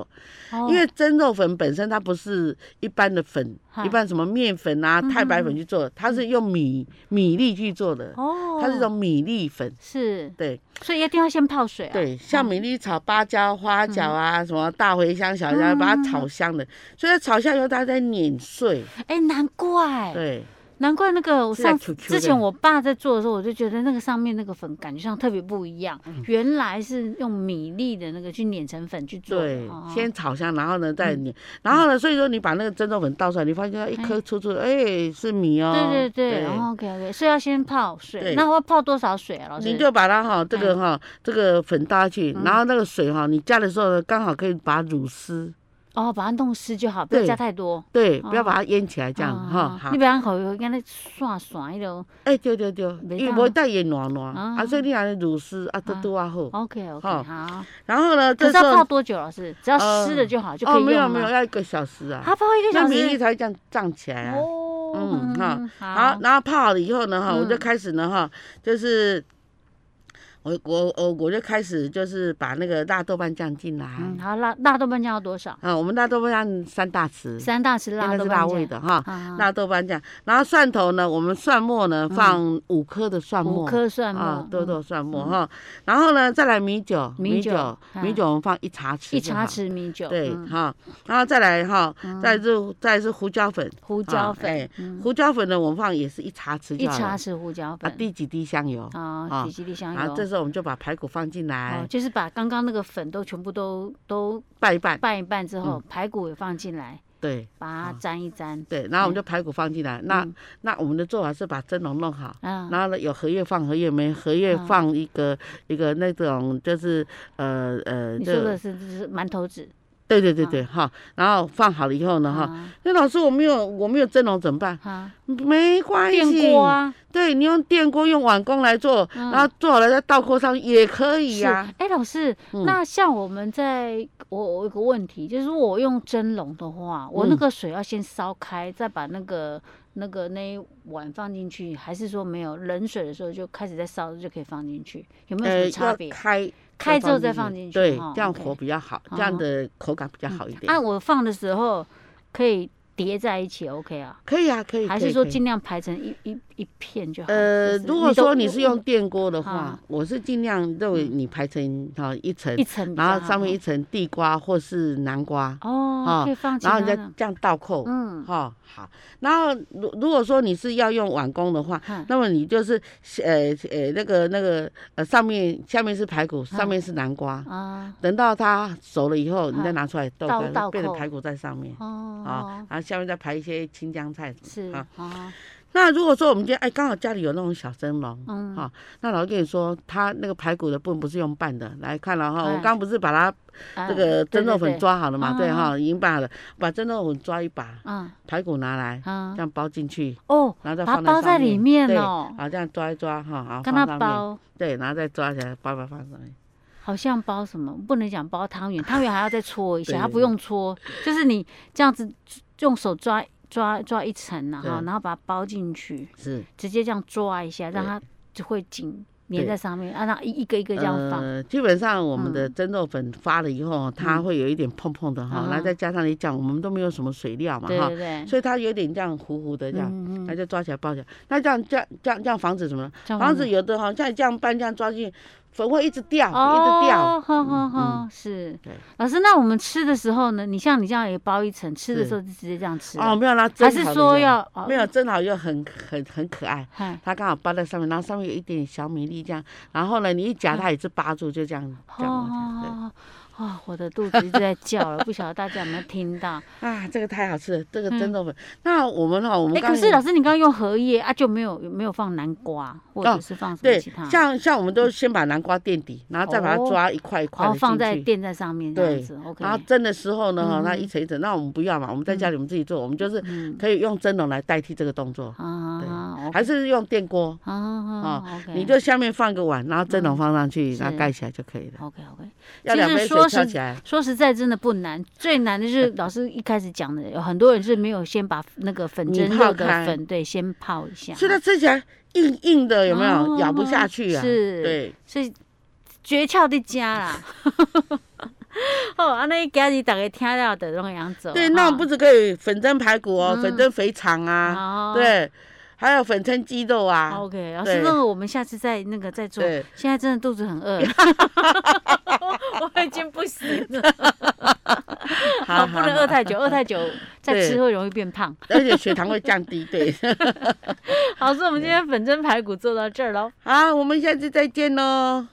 Speaker 2: 哦
Speaker 1: 因为蒸肉粉本身它不是一般的粉，
Speaker 2: 嗨
Speaker 1: 一般什么面粉
Speaker 2: 嗯
Speaker 1: 啊、太白粉去做的，它是用米米粒去做的，
Speaker 2: 哦，
Speaker 1: 它是一种米粒粉。
Speaker 2: 是，
Speaker 1: 对
Speaker 2: 所以一定要先泡水啊。
Speaker 1: 对，像米粒炒芭蕉、花
Speaker 2: 嗯
Speaker 1: 角啊，什么大茴香、小香，把它炒香的，所以炒香以后它再碾碎。
Speaker 2: 哎，难怪，
Speaker 1: 对，
Speaker 2: 难怪那个我
Speaker 1: 是在
Speaker 2: 上
Speaker 1: QQ
Speaker 2: 之
Speaker 1: 的
Speaker 2: 前我爸在做的时候，我就觉得那个上面那个粉感觉上特别不一样，
Speaker 1: 嗯
Speaker 2: 原来是用米粒的那个去碾成粉去做的。
Speaker 1: 对
Speaker 2: 哦，嗯
Speaker 1: 先炒香，然后呢再碾，然后呢，所以说你把那个蒸肉粉倒出来，你发现它一颗粗粗的，哎，是米哦。
Speaker 2: 对对对，OK OK，所以要先泡水，
Speaker 1: 对
Speaker 2: 那要泡多少水啊，老嗯师？
Speaker 1: 你就把它哈，这个哈，这个粉倒下去，然后那个水哈，你加的时候呢，刚好可以把乳丝，
Speaker 2: 哦，把它弄湿就好，不要
Speaker 1: 对
Speaker 2: 加太多。
Speaker 1: 对，不要把它淹起来这样
Speaker 2: 哦
Speaker 1: 哈。好
Speaker 2: 你，不要口油，跟那涮涮迄种。
Speaker 1: 哎，对对对，
Speaker 2: 不
Speaker 1: 因为
Speaker 2: 能
Speaker 1: 无带盐软软，
Speaker 2: 啊
Speaker 1: 啊，所以你拿乳丝啊，都都啊好。
Speaker 2: OK OK，
Speaker 1: 好
Speaker 2: 好。
Speaker 1: 然后呢，
Speaker 2: 哦可
Speaker 1: 这
Speaker 2: 是
Speaker 1: 时
Speaker 2: 要
Speaker 1: 候
Speaker 2: 泡多久，老师？只要湿了就好，就可以
Speaker 1: 哦，没有
Speaker 2: 用
Speaker 1: 没有，
Speaker 2: 吗？
Speaker 1: 要一个小时啊，
Speaker 2: 它泡一个
Speaker 1: 那
Speaker 2: 小
Speaker 1: 米粒
Speaker 2: 时。
Speaker 1: 才会这样胀起来啊。
Speaker 2: 哦，
Speaker 1: 嗯
Speaker 2: 嗯，好
Speaker 1: 好，，然后泡好了以后呢，哈，我就
Speaker 2: 嗯
Speaker 1: 开始呢，哈，就是我我我我就开始就是把那个辣豆瓣酱进来，
Speaker 2: 嗯，好，辣辣豆瓣酱要多少？
Speaker 1: 啊，我们辣豆瓣酱三大匙，
Speaker 2: 三大匙
Speaker 1: 因
Speaker 2: 辣
Speaker 1: 为
Speaker 2: 豆
Speaker 1: 是
Speaker 2: 瓣
Speaker 1: 辣
Speaker 2: 酱
Speaker 1: 味的哈，
Speaker 2: 啊，
Speaker 1: 辣豆瓣酱，然后蒜头呢，我们蒜末呢放五颗的蒜末，
Speaker 2: 嗯五颗蒜
Speaker 1: 啊
Speaker 2: 末，，嗯
Speaker 1: 多多蒜末哈，然后呢再来米酒，
Speaker 2: 米酒
Speaker 1: 酒米
Speaker 2: 嗯
Speaker 1: 酒我们放一茶匙，
Speaker 2: 一茶。匙米酒，
Speaker 1: 对
Speaker 2: 嗯
Speaker 1: 哈，然后再来哈，再来是再来是胡椒粉，
Speaker 2: 胡
Speaker 1: 胡
Speaker 2: 椒粉，嗯
Speaker 1: 哎，胡椒粉呢，我们放也是一茶匙
Speaker 2: 一
Speaker 1: 就好了
Speaker 2: 茶匙胡椒
Speaker 1: 啊，
Speaker 2: 粉，
Speaker 1: 滴几滴香油，
Speaker 2: 啊，
Speaker 1: 啊
Speaker 2: 几几粒香
Speaker 1: 然后
Speaker 2: 油
Speaker 1: 这。时候我们就把排骨放进
Speaker 2: 哦
Speaker 1: 来，
Speaker 2: 就是把刚刚那个粉都全部都都
Speaker 1: 拌一拌，
Speaker 2: 拌一拌之后，
Speaker 1: 嗯
Speaker 2: 排骨也放进来，
Speaker 1: 对
Speaker 2: 把它沾一沾。
Speaker 1: 对，然后我们就排骨放进来。那
Speaker 2: 嗯
Speaker 1: 那我们的做法是把蒸笼弄好，
Speaker 2: 啊，
Speaker 1: 然后呢有荷叶放荷叶没荷叶
Speaker 2: 嗯
Speaker 1: 放一个一个那种就是呃呃，
Speaker 2: 你
Speaker 1: 就
Speaker 2: 说的是就是馒头纸
Speaker 1: 对对对对哈，然后放好了以后呢哈，
Speaker 2: 啊
Speaker 1: 那老师我没有我没有蒸笼怎么办？
Speaker 2: 啊，
Speaker 1: 没关系，
Speaker 2: 电锅啊，
Speaker 1: 对你用电锅用碗工来做，
Speaker 2: 嗯
Speaker 1: 然后做好了再倒锅上也可以啊
Speaker 2: 是，
Speaker 1: 呀、
Speaker 2: 哎，老师，
Speaker 1: 嗯
Speaker 2: 那像我们在我我有个问题，就是如果我用蒸笼的话，我那
Speaker 1: 嗯
Speaker 2: 个水要先烧开，再把那个那个那一碗放进去，还是说没有冷水的时候就开始在烧就可以放进去？有没有什么差
Speaker 1: 呃要
Speaker 2: 别？
Speaker 1: 开
Speaker 2: 开之后再放进去
Speaker 1: 对
Speaker 2: 哈，
Speaker 1: 这样
Speaker 2: OK
Speaker 1: 火比较好，
Speaker 2: 哦
Speaker 1: 这样的口感比较好一点
Speaker 2: 啊，。我放的时候可以叠在一起，OK 啊？
Speaker 1: 可以啊，可以。
Speaker 2: 还
Speaker 1: 可
Speaker 2: 是
Speaker 1: 以
Speaker 2: 说
Speaker 1: 可以
Speaker 2: 尽量排成一一一片就好？
Speaker 1: 呃，
Speaker 2: 就是
Speaker 1: 如果
Speaker 2: 都嗯
Speaker 1: 说你是用
Speaker 2: 我
Speaker 1: 电锅的话
Speaker 2: 啊，
Speaker 1: 我是尽量认为你排成哈一层
Speaker 2: 一，层比较好，
Speaker 1: 然后上面一层地瓜或是南瓜，
Speaker 2: 哦
Speaker 1: 啊，
Speaker 2: 可以放其
Speaker 1: 然后
Speaker 2: 他
Speaker 1: 你再
Speaker 2: 的，
Speaker 1: 这样倒扣。
Speaker 2: 嗯，
Speaker 1: 哦，好。然后如如果说你是要用碗工的话，
Speaker 2: 嗯
Speaker 1: 那么你就是呃呃那个那个呃上面下面是排骨，上面
Speaker 2: 嗯
Speaker 1: 是南瓜。
Speaker 2: 啊，
Speaker 1: 等到它熟了以后，你再拿出来豆
Speaker 2: 嗯倒
Speaker 1: 干
Speaker 2: 倒
Speaker 1: 变成
Speaker 2: 扣
Speaker 1: 排骨在上面。
Speaker 2: 哦，
Speaker 1: 啊，然后下面再排一些青江菜什么的
Speaker 2: 是
Speaker 1: 啊
Speaker 2: 啊，
Speaker 1: 那如果说我们今天哎刚好家里有那种小蒸笼，
Speaker 2: 嗯
Speaker 1: 好那老师跟你说，它那个排骨的部分不是用拌的，来看了哈，
Speaker 2: 哎
Speaker 1: 我刚不是把它
Speaker 2: 啊
Speaker 1: 这个
Speaker 2: 对
Speaker 1: 蒸肉
Speaker 2: 对
Speaker 1: 粉
Speaker 2: 对
Speaker 1: 抓好了嘛，
Speaker 2: 嗯
Speaker 1: 对哈，已经拌好了，把蒸肉粉抓一把，
Speaker 2: 嗯
Speaker 1: 排骨拿来，这
Speaker 2: 嗯
Speaker 1: 样包进去，
Speaker 2: 哦，
Speaker 1: 然后再
Speaker 2: 把
Speaker 1: 放
Speaker 2: 它包在
Speaker 1: 上
Speaker 2: 里面
Speaker 1: 面
Speaker 2: 哦
Speaker 1: 对，好这样抓一抓哈，好
Speaker 2: 跟
Speaker 1: 放
Speaker 2: 它
Speaker 1: 上面，
Speaker 2: 包。
Speaker 1: 对，然后再抓起来包包放上面，
Speaker 2: 好像包什么，不能讲包汤圆，汤圆还要再搓一
Speaker 1: 对
Speaker 2: 下，
Speaker 1: 对
Speaker 2: 它不用搓，就是你这样子用手抓抓抓一层然
Speaker 1: 对
Speaker 2: 后然后把它包进去，
Speaker 1: 是
Speaker 2: 直接这样抓一下，让它就会紧粘
Speaker 1: 对
Speaker 2: 在上面，啊，让一一个一个这样放，
Speaker 1: 呃，基本上我们的蒸肉粉发了以后，它会有一点碰碰的哈
Speaker 2: 嗯，
Speaker 1: 然后再加上你讲我们都没有什么水料嘛
Speaker 2: 对
Speaker 1: 哈
Speaker 2: 对，对，
Speaker 1: 所以它有点这样糊糊的这样。哎
Speaker 2: 嗯
Speaker 1: 那就抓起来包起来，那这样这样这样这样防止什么呢？
Speaker 2: 这样
Speaker 1: 防
Speaker 2: 放
Speaker 1: 止
Speaker 2: 着
Speaker 1: 有的哈，像你这样拌这样抓进去，粉会一直掉，一直掉。
Speaker 2: 哦，好好好，是
Speaker 1: 嗯对。
Speaker 2: 老师，那我们吃的时候呢？你像你这样也包一层，吃的时候就直接这样吃
Speaker 1: 哦，
Speaker 2: 了，
Speaker 1: 没有啦，
Speaker 2: 还
Speaker 1: 蒸
Speaker 2: 是
Speaker 1: 好的
Speaker 2: 说
Speaker 1: 就
Speaker 2: 要哦
Speaker 1: 没有蒸好又很很很可爱。
Speaker 2: 嗨
Speaker 1: 它刚好包在上面，然后上面有一点小米粒这样，然后呢，你一夹它也是扒住，就这样这样往下。对
Speaker 2: 嗯哦，哦，我的肚子一直在叫了，不晓得大家有没有听到？
Speaker 1: 啊，这个太好吃了，这个蒸肉粉。那我们 哈，我们
Speaker 2: 嗯哎，
Speaker 1: 刚
Speaker 2: 可是
Speaker 1: 才
Speaker 2: 老师，你刚刚用荷叶啊，就没有没有放南瓜，或者
Speaker 1: 哦
Speaker 2: 是放什么
Speaker 1: 对
Speaker 2: 其他，，
Speaker 1: 像像我们都先把南瓜垫底，然后再把它
Speaker 2: 哦
Speaker 1: 抓一块一块的
Speaker 2: 然后
Speaker 1: 进去，
Speaker 2: 放在垫在上面这样
Speaker 1: 对
Speaker 2: 子，OK
Speaker 1: 然。后蒸的时候呢，哈、
Speaker 2: 嗯
Speaker 1: 那一层一层，那我们不要嘛，我们在家里我们自己做，我们就是
Speaker 2: 嗯
Speaker 1: 可以用蒸笼来代替这个动作，
Speaker 2: 啊，OK，
Speaker 1: 还是用电锅，
Speaker 2: 啊啊，OK，
Speaker 1: 你就下面放个碗，然后蒸笼放上去，
Speaker 2: 嗯
Speaker 1: 然
Speaker 2: 是
Speaker 1: 后盖起来就可以了。
Speaker 2: OK OK。
Speaker 1: 要
Speaker 2: 其
Speaker 1: 两
Speaker 2: 实
Speaker 1: 杯
Speaker 2: 说
Speaker 1: 水跳
Speaker 2: 实
Speaker 1: 起来，
Speaker 2: 说实在，真的不难，最难的是老师一开始讲的，有很多人是没有先把那个粉
Speaker 1: 你
Speaker 2: 蒸
Speaker 1: 泡
Speaker 2: 肉的
Speaker 1: 开
Speaker 2: 粉对先泡一下，
Speaker 1: 所以它吃起来硬硬的，有没有？
Speaker 2: 哦
Speaker 1: 咬不下去啊。
Speaker 2: 是
Speaker 1: 对，
Speaker 2: 所以诀窍在家啦。 哦好，安尼今日大家听了的拢会样做。哦
Speaker 1: 对，那我们不
Speaker 2: 哈
Speaker 1: 只可以粉蒸排骨哦，
Speaker 2: 嗯
Speaker 1: 粉蒸肥肠啊，
Speaker 2: 哦
Speaker 1: 对，还有粉蒸鸡肉啊。
Speaker 2: OK，老师，
Speaker 1: 对
Speaker 2: 那个我们下次再那个再做。
Speaker 1: 对
Speaker 2: 现在真的肚子很饿， 我已经不行了，
Speaker 1: 好
Speaker 2: 不能饿太久，饿太久再吃
Speaker 1: 对
Speaker 2: 会容易变 胖。
Speaker 1: 而且血糖会降低， 对。
Speaker 2: 好，所以我们今天粉蒸排骨做到这儿喽。
Speaker 1: 好，我们下次再见喽。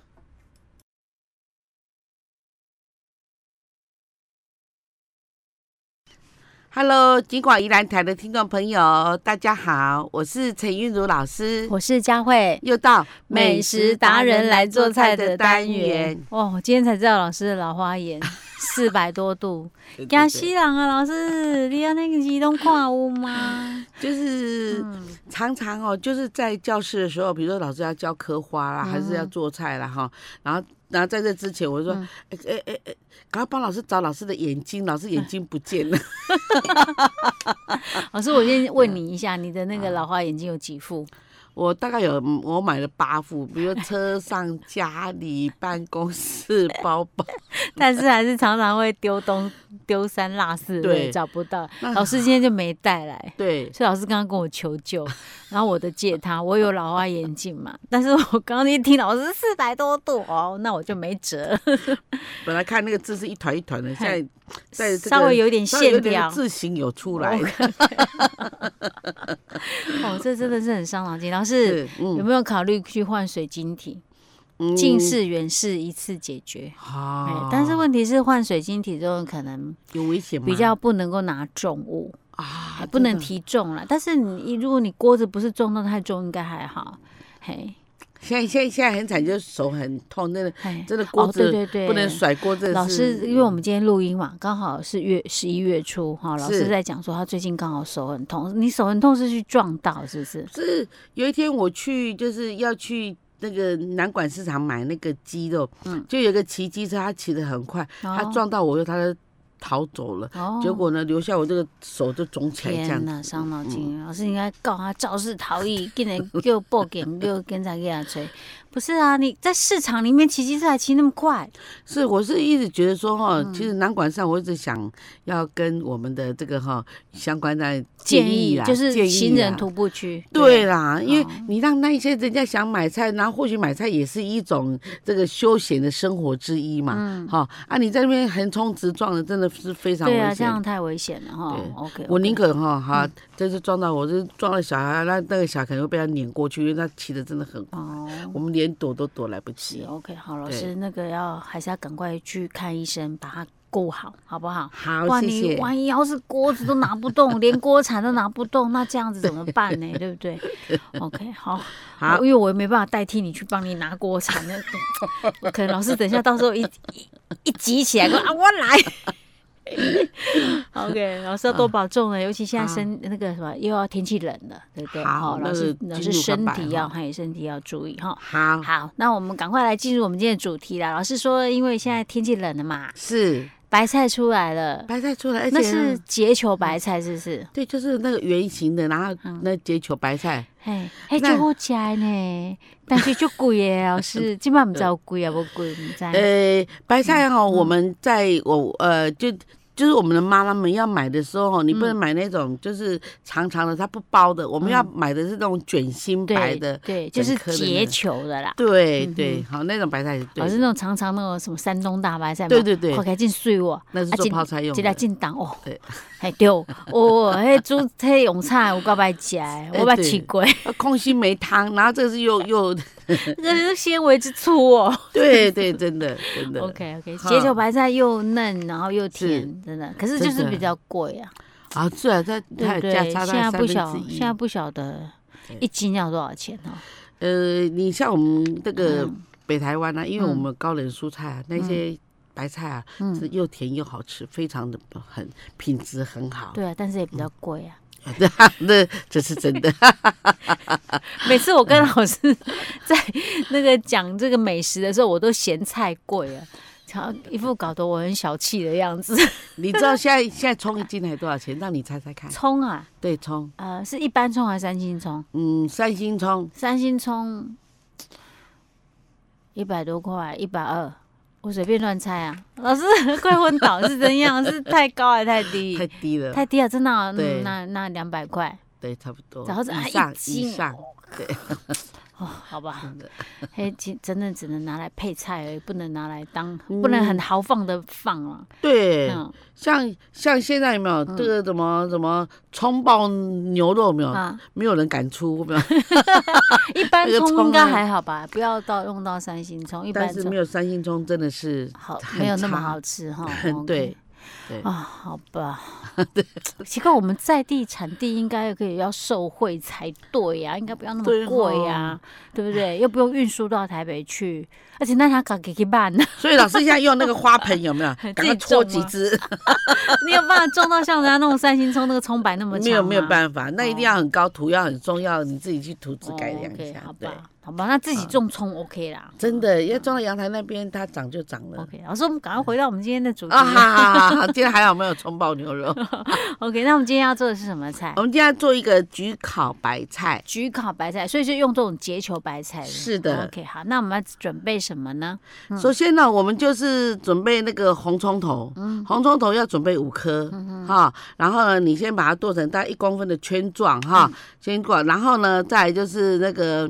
Speaker 1: Hello，金广宜兰台的听众朋友，大家好，我是陈韵如老师，
Speaker 2: 我是佳慧，
Speaker 1: 又到
Speaker 2: 美食达人来做菜的单元。。哦，我今天才知道老师的老花眼四百 多度，惊死人啊！老师，你要那个移动看有吗？
Speaker 1: 就是
Speaker 2: 嗯，
Speaker 1: 常常哦，就是在教室的时候，比如说老师要教科花
Speaker 2: 嗯
Speaker 1: 啦，还是要做菜啦哈，然后。然后在这之前，我就说，
Speaker 2: 嗯
Speaker 1: 哎哎哎哎，赶快帮老师找老师的眼睛，老师眼睛不见了。
Speaker 2: 老师，我先问你一下，你的
Speaker 1: 嗯
Speaker 2: 那个老花眼镜有几 副？
Speaker 1: 我大概有嗯我买了八副，比如说车上、家里、办公室、包 包。
Speaker 2: 但是还是常常会丢东丢三落四，
Speaker 1: 对
Speaker 2: 对，找不到。
Speaker 1: 那
Speaker 2: 老师今天就没带来。
Speaker 1: 对，
Speaker 2: 所以老师刚刚跟我求救，然后我的借他，我有老花眼镜嘛，但是我刚刚一听老师四百多度哦，那我就没辙，
Speaker 1: 本来看那个字是一团一团的，现在在这个
Speaker 2: 稍微有点
Speaker 1: 稍微
Speaker 2: 线
Speaker 1: 有点
Speaker 2: 条，
Speaker 1: 字形有出来。
Speaker 2: 哦，这真的是很伤脑筋。老师、
Speaker 1: 是嗯
Speaker 2: 有没有考虑去换水晶体？
Speaker 1: 嗯
Speaker 2: 近视、远视一次解决。哎、
Speaker 1: 啊，
Speaker 2: 但是问题是换水晶体之后，可能
Speaker 1: 有危险吗？
Speaker 2: 比较不能够拿重物，
Speaker 1: 嗯啊
Speaker 2: 哎，不能
Speaker 1: 真的
Speaker 2: 提重了。但是你如果你锅子不是重到太重，应该还好。嘿，
Speaker 1: 现在现在现在很惨，就是手很痛，真的
Speaker 2: 哎，
Speaker 1: 真的锅
Speaker 2: 对
Speaker 1: 子
Speaker 2: 对对，
Speaker 1: 不能甩锅，真的
Speaker 2: 老师，
Speaker 1: 是嗯
Speaker 2: 因为我们今天录音嘛，刚好是月十一月初哈，老师
Speaker 1: 是
Speaker 2: 在讲说他最近刚好手很痛，你手很痛是去撞到是不是？
Speaker 1: 是有一天我去就是要去。那个南管市场买那个鸡肉，
Speaker 2: 嗯
Speaker 1: 就有一个骑机车，他骑得很快，他
Speaker 2: 哦
Speaker 1: 撞到我以后，他就逃走了。
Speaker 2: 哦
Speaker 1: 结果呢，留下我这个手就肿起来这
Speaker 2: 天
Speaker 1: 样子。嗯
Speaker 2: 呐，伤脑筋！老师应该告他肇事逃逸，竟 然给我报警，给我警察给他追。不是啊，你在市场里面骑机车还骑那么快，
Speaker 1: 是，我是一直觉得说哈，其实南管上我一直想要跟我们的这个哈相关的
Speaker 2: 建
Speaker 1: 议
Speaker 2: 议
Speaker 1: 啦，
Speaker 2: 就是
Speaker 1: 建议
Speaker 2: 行人
Speaker 1: 啦
Speaker 2: 徒步区。
Speaker 1: 对啦，因为
Speaker 2: 哦
Speaker 1: 你让那一些人家想买菜，然后或许买菜也是一种这个休闲的生活之一嘛。好、啊，你在那边横冲直撞的，真的是非常
Speaker 2: 嗯对
Speaker 1: 危
Speaker 2: 啊，这
Speaker 1: 险。
Speaker 2: 样太危险了哈
Speaker 1: 对。
Speaker 2: OK，嗯
Speaker 1: 我宁可哈哈，这次撞到我，这撞了小孩，那那个小孩可能会被他碾过去，因为他骑的真的很快，
Speaker 2: 哦。
Speaker 1: 我们连躲都躲来不
Speaker 2: 是
Speaker 1: 及。
Speaker 2: OK，好，老
Speaker 1: 对
Speaker 2: 师，那个要还是要赶快去看医生，把它够好，好不好？不
Speaker 1: 好，
Speaker 2: 然
Speaker 1: 谢
Speaker 2: 你
Speaker 1: 谢。
Speaker 2: 万一要是锅子都拿 不动，连锅铲都拿不动，那这样子怎么办呢？对不对？OK，好，
Speaker 1: 好
Speaker 2: 因为我也没办法代替你去帮你拿锅铲，那可能老师等一下到时候一一一急起来，说啊我来。OK，老师要多
Speaker 1: 嗯
Speaker 2: 保重啊了，尤其现在身那个什么又要天气冷了，对不对？
Speaker 1: 好
Speaker 2: 哦
Speaker 1: 那
Speaker 2: 老师
Speaker 1: 个
Speaker 2: 老
Speaker 1: 进
Speaker 2: 师
Speaker 1: 入
Speaker 2: 身
Speaker 1: 寒白
Speaker 2: 体
Speaker 1: 哈嗯
Speaker 2: 要还有身体要注意哈。
Speaker 1: 好，
Speaker 2: 好，那我们赶快来进入我们今天的主题啦。老师说，因为现在天气冷了嘛，
Speaker 1: 是
Speaker 2: 白菜出来了，
Speaker 1: 白菜出来，而且
Speaker 2: 那是结球白菜是不是？
Speaker 1: 对，就是那个圆形的，然后
Speaker 2: 嗯
Speaker 1: 那结球白菜，
Speaker 2: 嘿，嘿，
Speaker 1: 那
Speaker 2: 就好食 呢，但是就贵耶，老师，今晚唔知有贵啊，不贵，唔知。
Speaker 1: 呃，白
Speaker 2: 嗯
Speaker 1: 菜哦，我们在我呃就。就是我们的妈妈们要买的时候，哦你不
Speaker 2: 嗯
Speaker 1: 能买那种就是长长的，它不包的。我们要买的是那种卷心白
Speaker 2: 对
Speaker 1: 的，
Speaker 2: 对，就是
Speaker 1: 整颗的那
Speaker 2: 结
Speaker 1: 个
Speaker 2: 球的啦，
Speaker 1: 对
Speaker 2: 嗯
Speaker 1: 对，好那种白菜是对
Speaker 2: 老师
Speaker 1: 的，
Speaker 2: 那种长长那种什么山东大白菜嘛，
Speaker 1: 对对对
Speaker 2: 快，开进水哦，
Speaker 1: 那是
Speaker 2: 啊
Speaker 1: 做
Speaker 2: 进
Speaker 1: 泡菜用
Speaker 2: 一来
Speaker 1: 的。
Speaker 2: 进档哦
Speaker 1: 对，
Speaker 2: 嘿对，哦，嘿煮嘿用菜我够爱食，我捌
Speaker 1: 哎对
Speaker 2: 吃 过，
Speaker 1: 啊空心梅汤，然后这个是又 又
Speaker 2: 这是纤维之粗哦。
Speaker 1: 对对，真的真的
Speaker 2: OK OK，
Speaker 1: 哈
Speaker 2: 结球白菜又嫩，然后又甜，真的，可是就
Speaker 1: 真
Speaker 2: 是
Speaker 1: 的
Speaker 2: 比较贵啊，
Speaker 1: 啊，是啊，它
Speaker 2: 对
Speaker 1: 它
Speaker 2: 不
Speaker 1: 有
Speaker 2: 对
Speaker 1: 价？差
Speaker 2: 现
Speaker 1: 大
Speaker 2: 在
Speaker 1: 概三
Speaker 2: 不
Speaker 1: 分
Speaker 2: 晓
Speaker 1: 之，一
Speaker 2: 现。在不晓得一斤要多少钱哦。
Speaker 1: 呃，你像我们这个
Speaker 2: 嗯
Speaker 1: 北台湾呢、啊，因为我
Speaker 2: 嗯
Speaker 1: 们高冷蔬菜啊，那些白菜啊，
Speaker 2: 嗯
Speaker 1: 是又甜又好吃，非常的很品质很好。
Speaker 2: 对啊，但是也比
Speaker 1: 嗯
Speaker 2: 较贵啊。
Speaker 1: 那这是真 的。
Speaker 2: 每次我
Speaker 1: 嗯
Speaker 2: 跟老师 在那个讲这个美食的时候，我都嫌菜贵啊，好一副搞得我很小气的样子。
Speaker 1: 你知道现在现在葱一斤还多少钱？让你猜猜看。
Speaker 2: 葱啊，
Speaker 1: 对，葱，
Speaker 2: 呃，是一般葱还是三星葱？
Speaker 1: 嗯，三星葱，
Speaker 2: 三星葱一百多块，一百二，我随便乱猜啊。老师快昏倒是怎样？是太高还是太 低
Speaker 1: 太？低了，
Speaker 2: 太低了，真的啊、
Speaker 1: 对
Speaker 2: 嗯，那那两百块，
Speaker 1: 对，差不多。
Speaker 2: 然后是啊
Speaker 1: 以
Speaker 2: 一
Speaker 1: 上
Speaker 2: 斤
Speaker 1: 以上，对，
Speaker 2: 哦， 好吧
Speaker 1: 真的，
Speaker 2: 嘿，真真的只能拿来配菜而已，不能拿来当，
Speaker 1: 嗯
Speaker 2: 不能很豪放的放啊。
Speaker 1: 对，
Speaker 2: 嗯
Speaker 1: 像像现在有没有这个什么什么葱爆牛肉有没有？
Speaker 2: 啊，
Speaker 1: 没有人敢出，有没有，
Speaker 2: 一般
Speaker 1: 那个
Speaker 2: 葱
Speaker 1: 葱
Speaker 2: 应该
Speaker 1: 啊
Speaker 2: 还好吧，不要到用到三星 葱，一般
Speaker 1: 但是没
Speaker 2: 葱
Speaker 1: 有三星葱真的是
Speaker 2: 好
Speaker 1: 很
Speaker 2: 没有那么
Speaker 1: 差。
Speaker 2: 好吃哈哦
Speaker 1: 对
Speaker 2: OK
Speaker 1: 对
Speaker 2: 啊，好 吧，奇怪，我们在地产地应该可以要受惠才对呀、应该不要那
Speaker 1: 对
Speaker 2: 么
Speaker 1: 哦
Speaker 2: 贵呀、对 不对？又不用运输到台北去，而且那他搞给 给办，你
Speaker 1: 所以老师现在用那个花盆有没有？
Speaker 2: 自己
Speaker 1: 赶快搓
Speaker 2: 种
Speaker 1: 几
Speaker 2: 吗
Speaker 1: 只，
Speaker 2: 有办法种到像人家那种三星葱那个葱白那么
Speaker 1: 没有
Speaker 2: 长
Speaker 1: 没有
Speaker 2: 吗
Speaker 1: 办法，那一定要很高，土要很重要，你自己去土质
Speaker 2: 哦
Speaker 1: 改良一
Speaker 2: OK，
Speaker 1: 下
Speaker 2: 好，
Speaker 1: 对，
Speaker 2: 吧，好吧，那自己
Speaker 1: 嗯
Speaker 2: 种葱 OK 啦，
Speaker 1: 真的要种到阳台那边，它长就长了。
Speaker 2: OK。老师，我们赶快回到我们今天的主题。
Speaker 1: 啊哈哈哈 哈！今天还好没有葱爆牛肉。
Speaker 2: OK，那我们今天要做的是什么菜
Speaker 1: 我？们今天要做一个焗烤白菜，
Speaker 2: 焗烤白菜，所以就用这种结球白菜。
Speaker 1: 是的
Speaker 2: OK，好，那我们要准备什么呢？
Speaker 1: 首先呢，我们就是准备那个红葱头，
Speaker 2: 嗯
Speaker 1: 红葱头要准备五颗，哈，然后呢，你先把它剁成大概一公分的圈状，
Speaker 2: 嗯
Speaker 1: 哈，先过，然后呢，再来就是那个。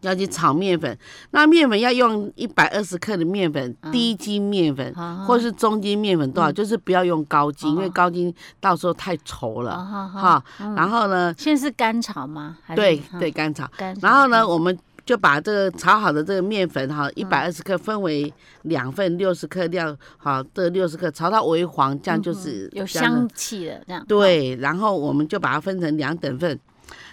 Speaker 1: 要去炒面粉，那面粉要用一百二十克的面粉，低筋面粉
Speaker 2: 嗯啊嗯
Speaker 1: 或是中筋面粉多少，就是不要用高筋，因为
Speaker 2: 哦
Speaker 1: 高筋到时候太稠
Speaker 2: 啊嗯
Speaker 1: 了
Speaker 2: 哈哈，
Speaker 1: 哈。然后呢，
Speaker 2: 现在是干炒吗？还是
Speaker 1: 对
Speaker 2: 哈
Speaker 1: 对，干炒，
Speaker 2: 干炒。
Speaker 1: 然后呢，我们就把这个炒好的这个面粉
Speaker 2: 嗯
Speaker 1: 哈，一百二十克分为两份，六十克量好，这六十克炒到微黄，这样就是
Speaker 2: 嗯有
Speaker 1: 这样的
Speaker 2: 香嗯气的这样。
Speaker 1: 对，然后我们就把它分成两等份，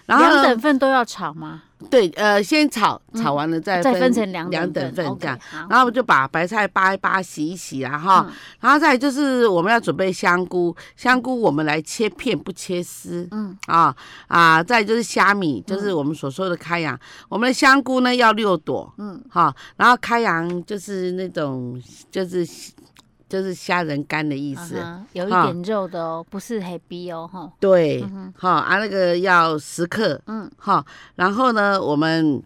Speaker 1: 然
Speaker 2: 好，
Speaker 1: 后
Speaker 2: 两
Speaker 1: 呢
Speaker 2: 等份都要炒吗？
Speaker 1: 对呃先炒，炒完了再
Speaker 2: 再
Speaker 1: 分
Speaker 2: 分成两
Speaker 1: 两等份这
Speaker 2: OK，
Speaker 1: 样。
Speaker 2: 好。
Speaker 1: 然后我们就把白菜扒一扒，洗一洗啦哈，
Speaker 2: 嗯
Speaker 1: 然后再来就是我们要准备香菇，香菇我们来切片不切丝，
Speaker 2: 嗯
Speaker 1: 啊啊，再来就是虾米，就是我们所说的开阳，我们的香菇呢要六朵，
Speaker 2: 嗯，
Speaker 1: 哈，然后开阳就是那种就是就是虾仁干的意思，
Speaker 2: 啊哈有一
Speaker 1: 啊
Speaker 2: 点肉的哦，不是黑逼哦，哈。
Speaker 1: 对
Speaker 2: 嗯，哼
Speaker 1: 哈啊那个要十克，
Speaker 2: 嗯，
Speaker 1: 哈，然后呢我们。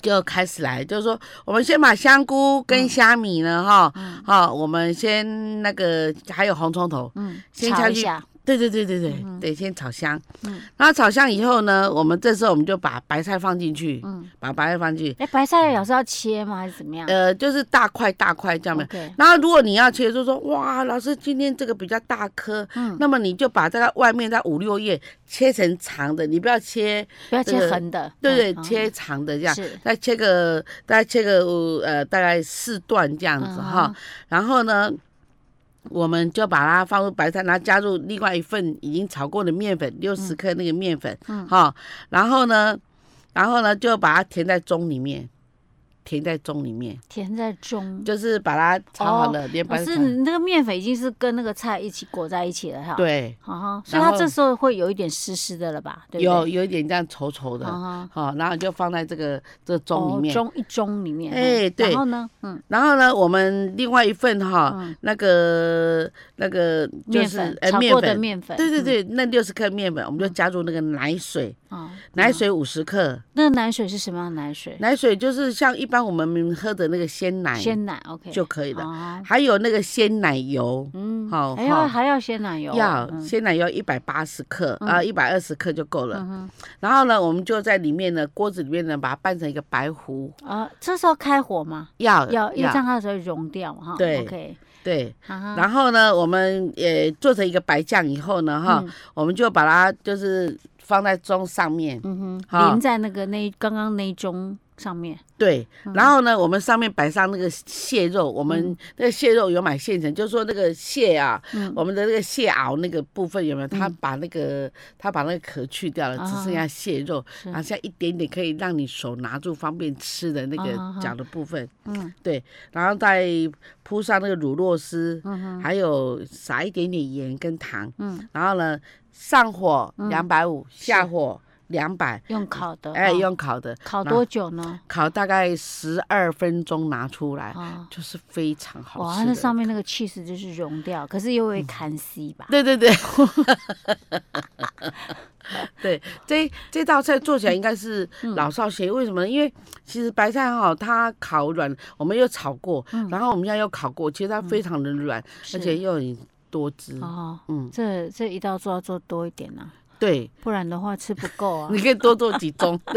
Speaker 1: 就开始来，就是说，我们先把香菇跟虾米呢，哈、哈、我们先那个还有红葱头，
Speaker 2: 嗯，
Speaker 1: 先
Speaker 2: 炒
Speaker 1: 下
Speaker 2: 一
Speaker 1: 去
Speaker 2: 下。
Speaker 1: 对对对对对、对，先炒香。
Speaker 2: 嗯
Speaker 1: 然后炒香以后呢，我们这时候我们就把白菜放进去，
Speaker 2: 嗯
Speaker 1: 把白菜放进去，
Speaker 2: 哎，白菜老师要切吗？还是怎么样？
Speaker 1: 呃，就是大块大块这样的。
Speaker 2: OK，
Speaker 1: 然后如果你要切，就说哇，老师今天这个比较大颗，
Speaker 2: 嗯
Speaker 1: 那么你就把这个外面在五六叶切成长的，你不要切，
Speaker 2: 不要
Speaker 1: 这
Speaker 2: 切
Speaker 1: 个
Speaker 2: 横的，
Speaker 1: 对对，
Speaker 2: 嗯嗯
Speaker 1: 切长的这样。
Speaker 2: 是
Speaker 1: 再切
Speaker 2: 嗯哦
Speaker 1: 个，大概切个呃，大概四段这样子哈。然后呢，我们就把它放入白菜，然后加入另外一份已经炒过的面粉，六十克那个面粉，
Speaker 2: 嗯
Speaker 1: 哈，然后呢，然后呢就把它填在盅里面，填在盅里面，
Speaker 2: 填在中。
Speaker 1: 就是把它炒好了，连
Speaker 2: 老
Speaker 1: 白菜，
Speaker 2: 师，你那个面粉已经是跟那个菜一起裹在一起了哈。。
Speaker 1: 对，
Speaker 2: 啊哈，所以
Speaker 1: 然
Speaker 2: 它
Speaker 1: 后
Speaker 2: 这时候会有一点湿湿的了吧？对不对？
Speaker 1: 有有一点这样稠稠的，
Speaker 2: 啊哈，
Speaker 1: 好，然后就放在这个这个盅里面，
Speaker 2: 哦盅一盅里面。
Speaker 1: 哎
Speaker 2: 嗯
Speaker 1: 对
Speaker 2: 然后呢？嗯，
Speaker 1: 然后呢，我们另外一份哈，
Speaker 2: 嗯
Speaker 1: 那个那个就
Speaker 2: 面
Speaker 1: 是
Speaker 2: 粉，
Speaker 1: 呃
Speaker 2: 炒
Speaker 1: 面
Speaker 2: 过的
Speaker 1: 粉，
Speaker 2: 面粉。
Speaker 1: 对对对，那六十克面粉，我们就加入那个奶水，
Speaker 2: 嗯。哦，
Speaker 1: 奶
Speaker 2: 嗯。
Speaker 1: 水五十克，
Speaker 2: 那奶水是什么样的奶水？
Speaker 1: 奶水就是像一般我们喝的那个鲜奶
Speaker 2: 鲜奶，OK。
Speaker 1: 就可以了，
Speaker 2: 啊，
Speaker 1: 还有那个鲜奶油。
Speaker 2: 嗯，
Speaker 1: 好
Speaker 2: 还要
Speaker 1: 好
Speaker 2: 还要鲜奶油哦。
Speaker 1: 要
Speaker 2: 嗯
Speaker 1: 鲜奶油一百八十克啊，一百二十克就够了。
Speaker 2: 嗯哼
Speaker 1: 然后呢，我们就在里面呢，锅子里面呢，把它拌成一个白糊。
Speaker 2: 啊，这时候开火嘛，
Speaker 1: 要
Speaker 2: 要因为这样它才会溶掉哈。
Speaker 1: 对
Speaker 2: ，OK。
Speaker 1: 对。
Speaker 2: 啊哈，
Speaker 1: 然后呢，我们也做成一个白酱以后呢，哈，
Speaker 2: 嗯
Speaker 1: 我们就把它就是放在盅上面，
Speaker 2: 嗯哼，
Speaker 1: 好
Speaker 2: 淋在那个那刚刚那一盅上面。
Speaker 1: 对，
Speaker 2: 嗯
Speaker 1: 然后呢，我们上面摆上那个蟹肉，我们那个蟹肉有买现成，就是说那个蟹啊，
Speaker 2: 嗯
Speaker 1: 我们的那个蟹熬那个部分有没有？他
Speaker 2: 嗯哦
Speaker 1: 把那个他把那个壳去掉了，只剩下蟹肉，然后像一点点可以让你手拿住方便吃的那个
Speaker 2: 啊啊啊
Speaker 1: 角的部分，
Speaker 2: 嗯
Speaker 1: 对，然后再铺上那个乳酪丝，
Speaker 2: 嗯哼
Speaker 1: 还有撒一点点盐跟糖，
Speaker 2: 嗯，
Speaker 1: 然后呢，上火
Speaker 2: 嗯
Speaker 1: 两百五，下
Speaker 2: 是
Speaker 1: 火两百，
Speaker 2: 用烤的。
Speaker 1: 哎，
Speaker 2: 哦
Speaker 1: 用烤的，
Speaker 2: 烤
Speaker 1: 那
Speaker 2: 多久呢？
Speaker 1: 烤大概十二分钟拿出来，
Speaker 2: 啊，
Speaker 1: 就是非常好
Speaker 2: 哇，
Speaker 1: 吃
Speaker 2: 它
Speaker 1: 的。嗯
Speaker 2: 那上面那个 cheese 就是融掉，可是又会砍 C 吧？
Speaker 1: 对对对， 对，这这道菜做起来应该是
Speaker 2: 嗯
Speaker 1: 老少咸宜。为什么呢？因为其实白菜哈，它烤软，我们又炒过，然后我们现在又烤过，其实它非常的软，
Speaker 2: 嗯是
Speaker 1: 而且又很多汁。
Speaker 2: 哦，
Speaker 1: 嗯，
Speaker 2: 这这一道做要做多一点啊，
Speaker 1: 对，
Speaker 2: 不然的话吃不够啊
Speaker 1: 你。可以多做几 盅。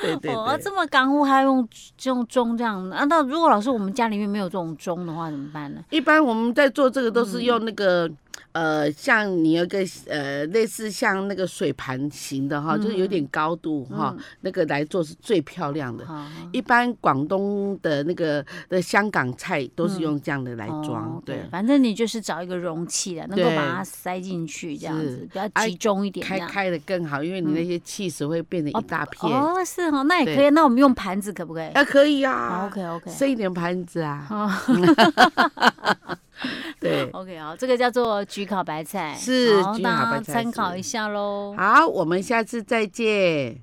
Speaker 1: 对对
Speaker 2: 哦，
Speaker 1: 对，
Speaker 2: 这么干乎还要用用钟这样？啊，那如果老师我们家里面没有这种钟的话怎么办呢？
Speaker 1: 一般我们在做这个都
Speaker 2: 嗯
Speaker 1: 是用那个。呃，像你有一个呃，类似像那个水盘型的
Speaker 2: 嗯
Speaker 1: 哈，就是有点高度哈，那个来做是最漂亮的。
Speaker 2: 啊，
Speaker 1: 一般广东的那个的香港菜都是用这样的来
Speaker 2: 哦
Speaker 1: 装，
Speaker 2: ，OK，
Speaker 1: 对，
Speaker 2: 反正你就是找一个容器的，能够
Speaker 1: 对
Speaker 2: 把它塞进去这样
Speaker 1: 是
Speaker 2: 子，比较
Speaker 1: 哎
Speaker 2: 集中一点这
Speaker 1: 开
Speaker 2: 样。
Speaker 1: 开的更好，因为你那些气势会变成一大片，
Speaker 2: 嗯哦，是哦，那也
Speaker 1: 对
Speaker 2: 可以。那我们用盘子可不可以
Speaker 1: 啊，可以啊
Speaker 2: ？OK OK。
Speaker 1: 剩一点盘子啊，
Speaker 2: 哦
Speaker 1: 对，
Speaker 2: OK 好，这个叫做焗烤白菜，
Speaker 1: 是
Speaker 2: 好
Speaker 1: 焗烤
Speaker 2: 大
Speaker 1: 白
Speaker 2: 家
Speaker 1: 菜
Speaker 2: 参
Speaker 1: 是
Speaker 2: 考一下喽。
Speaker 1: 好，我们下次再见。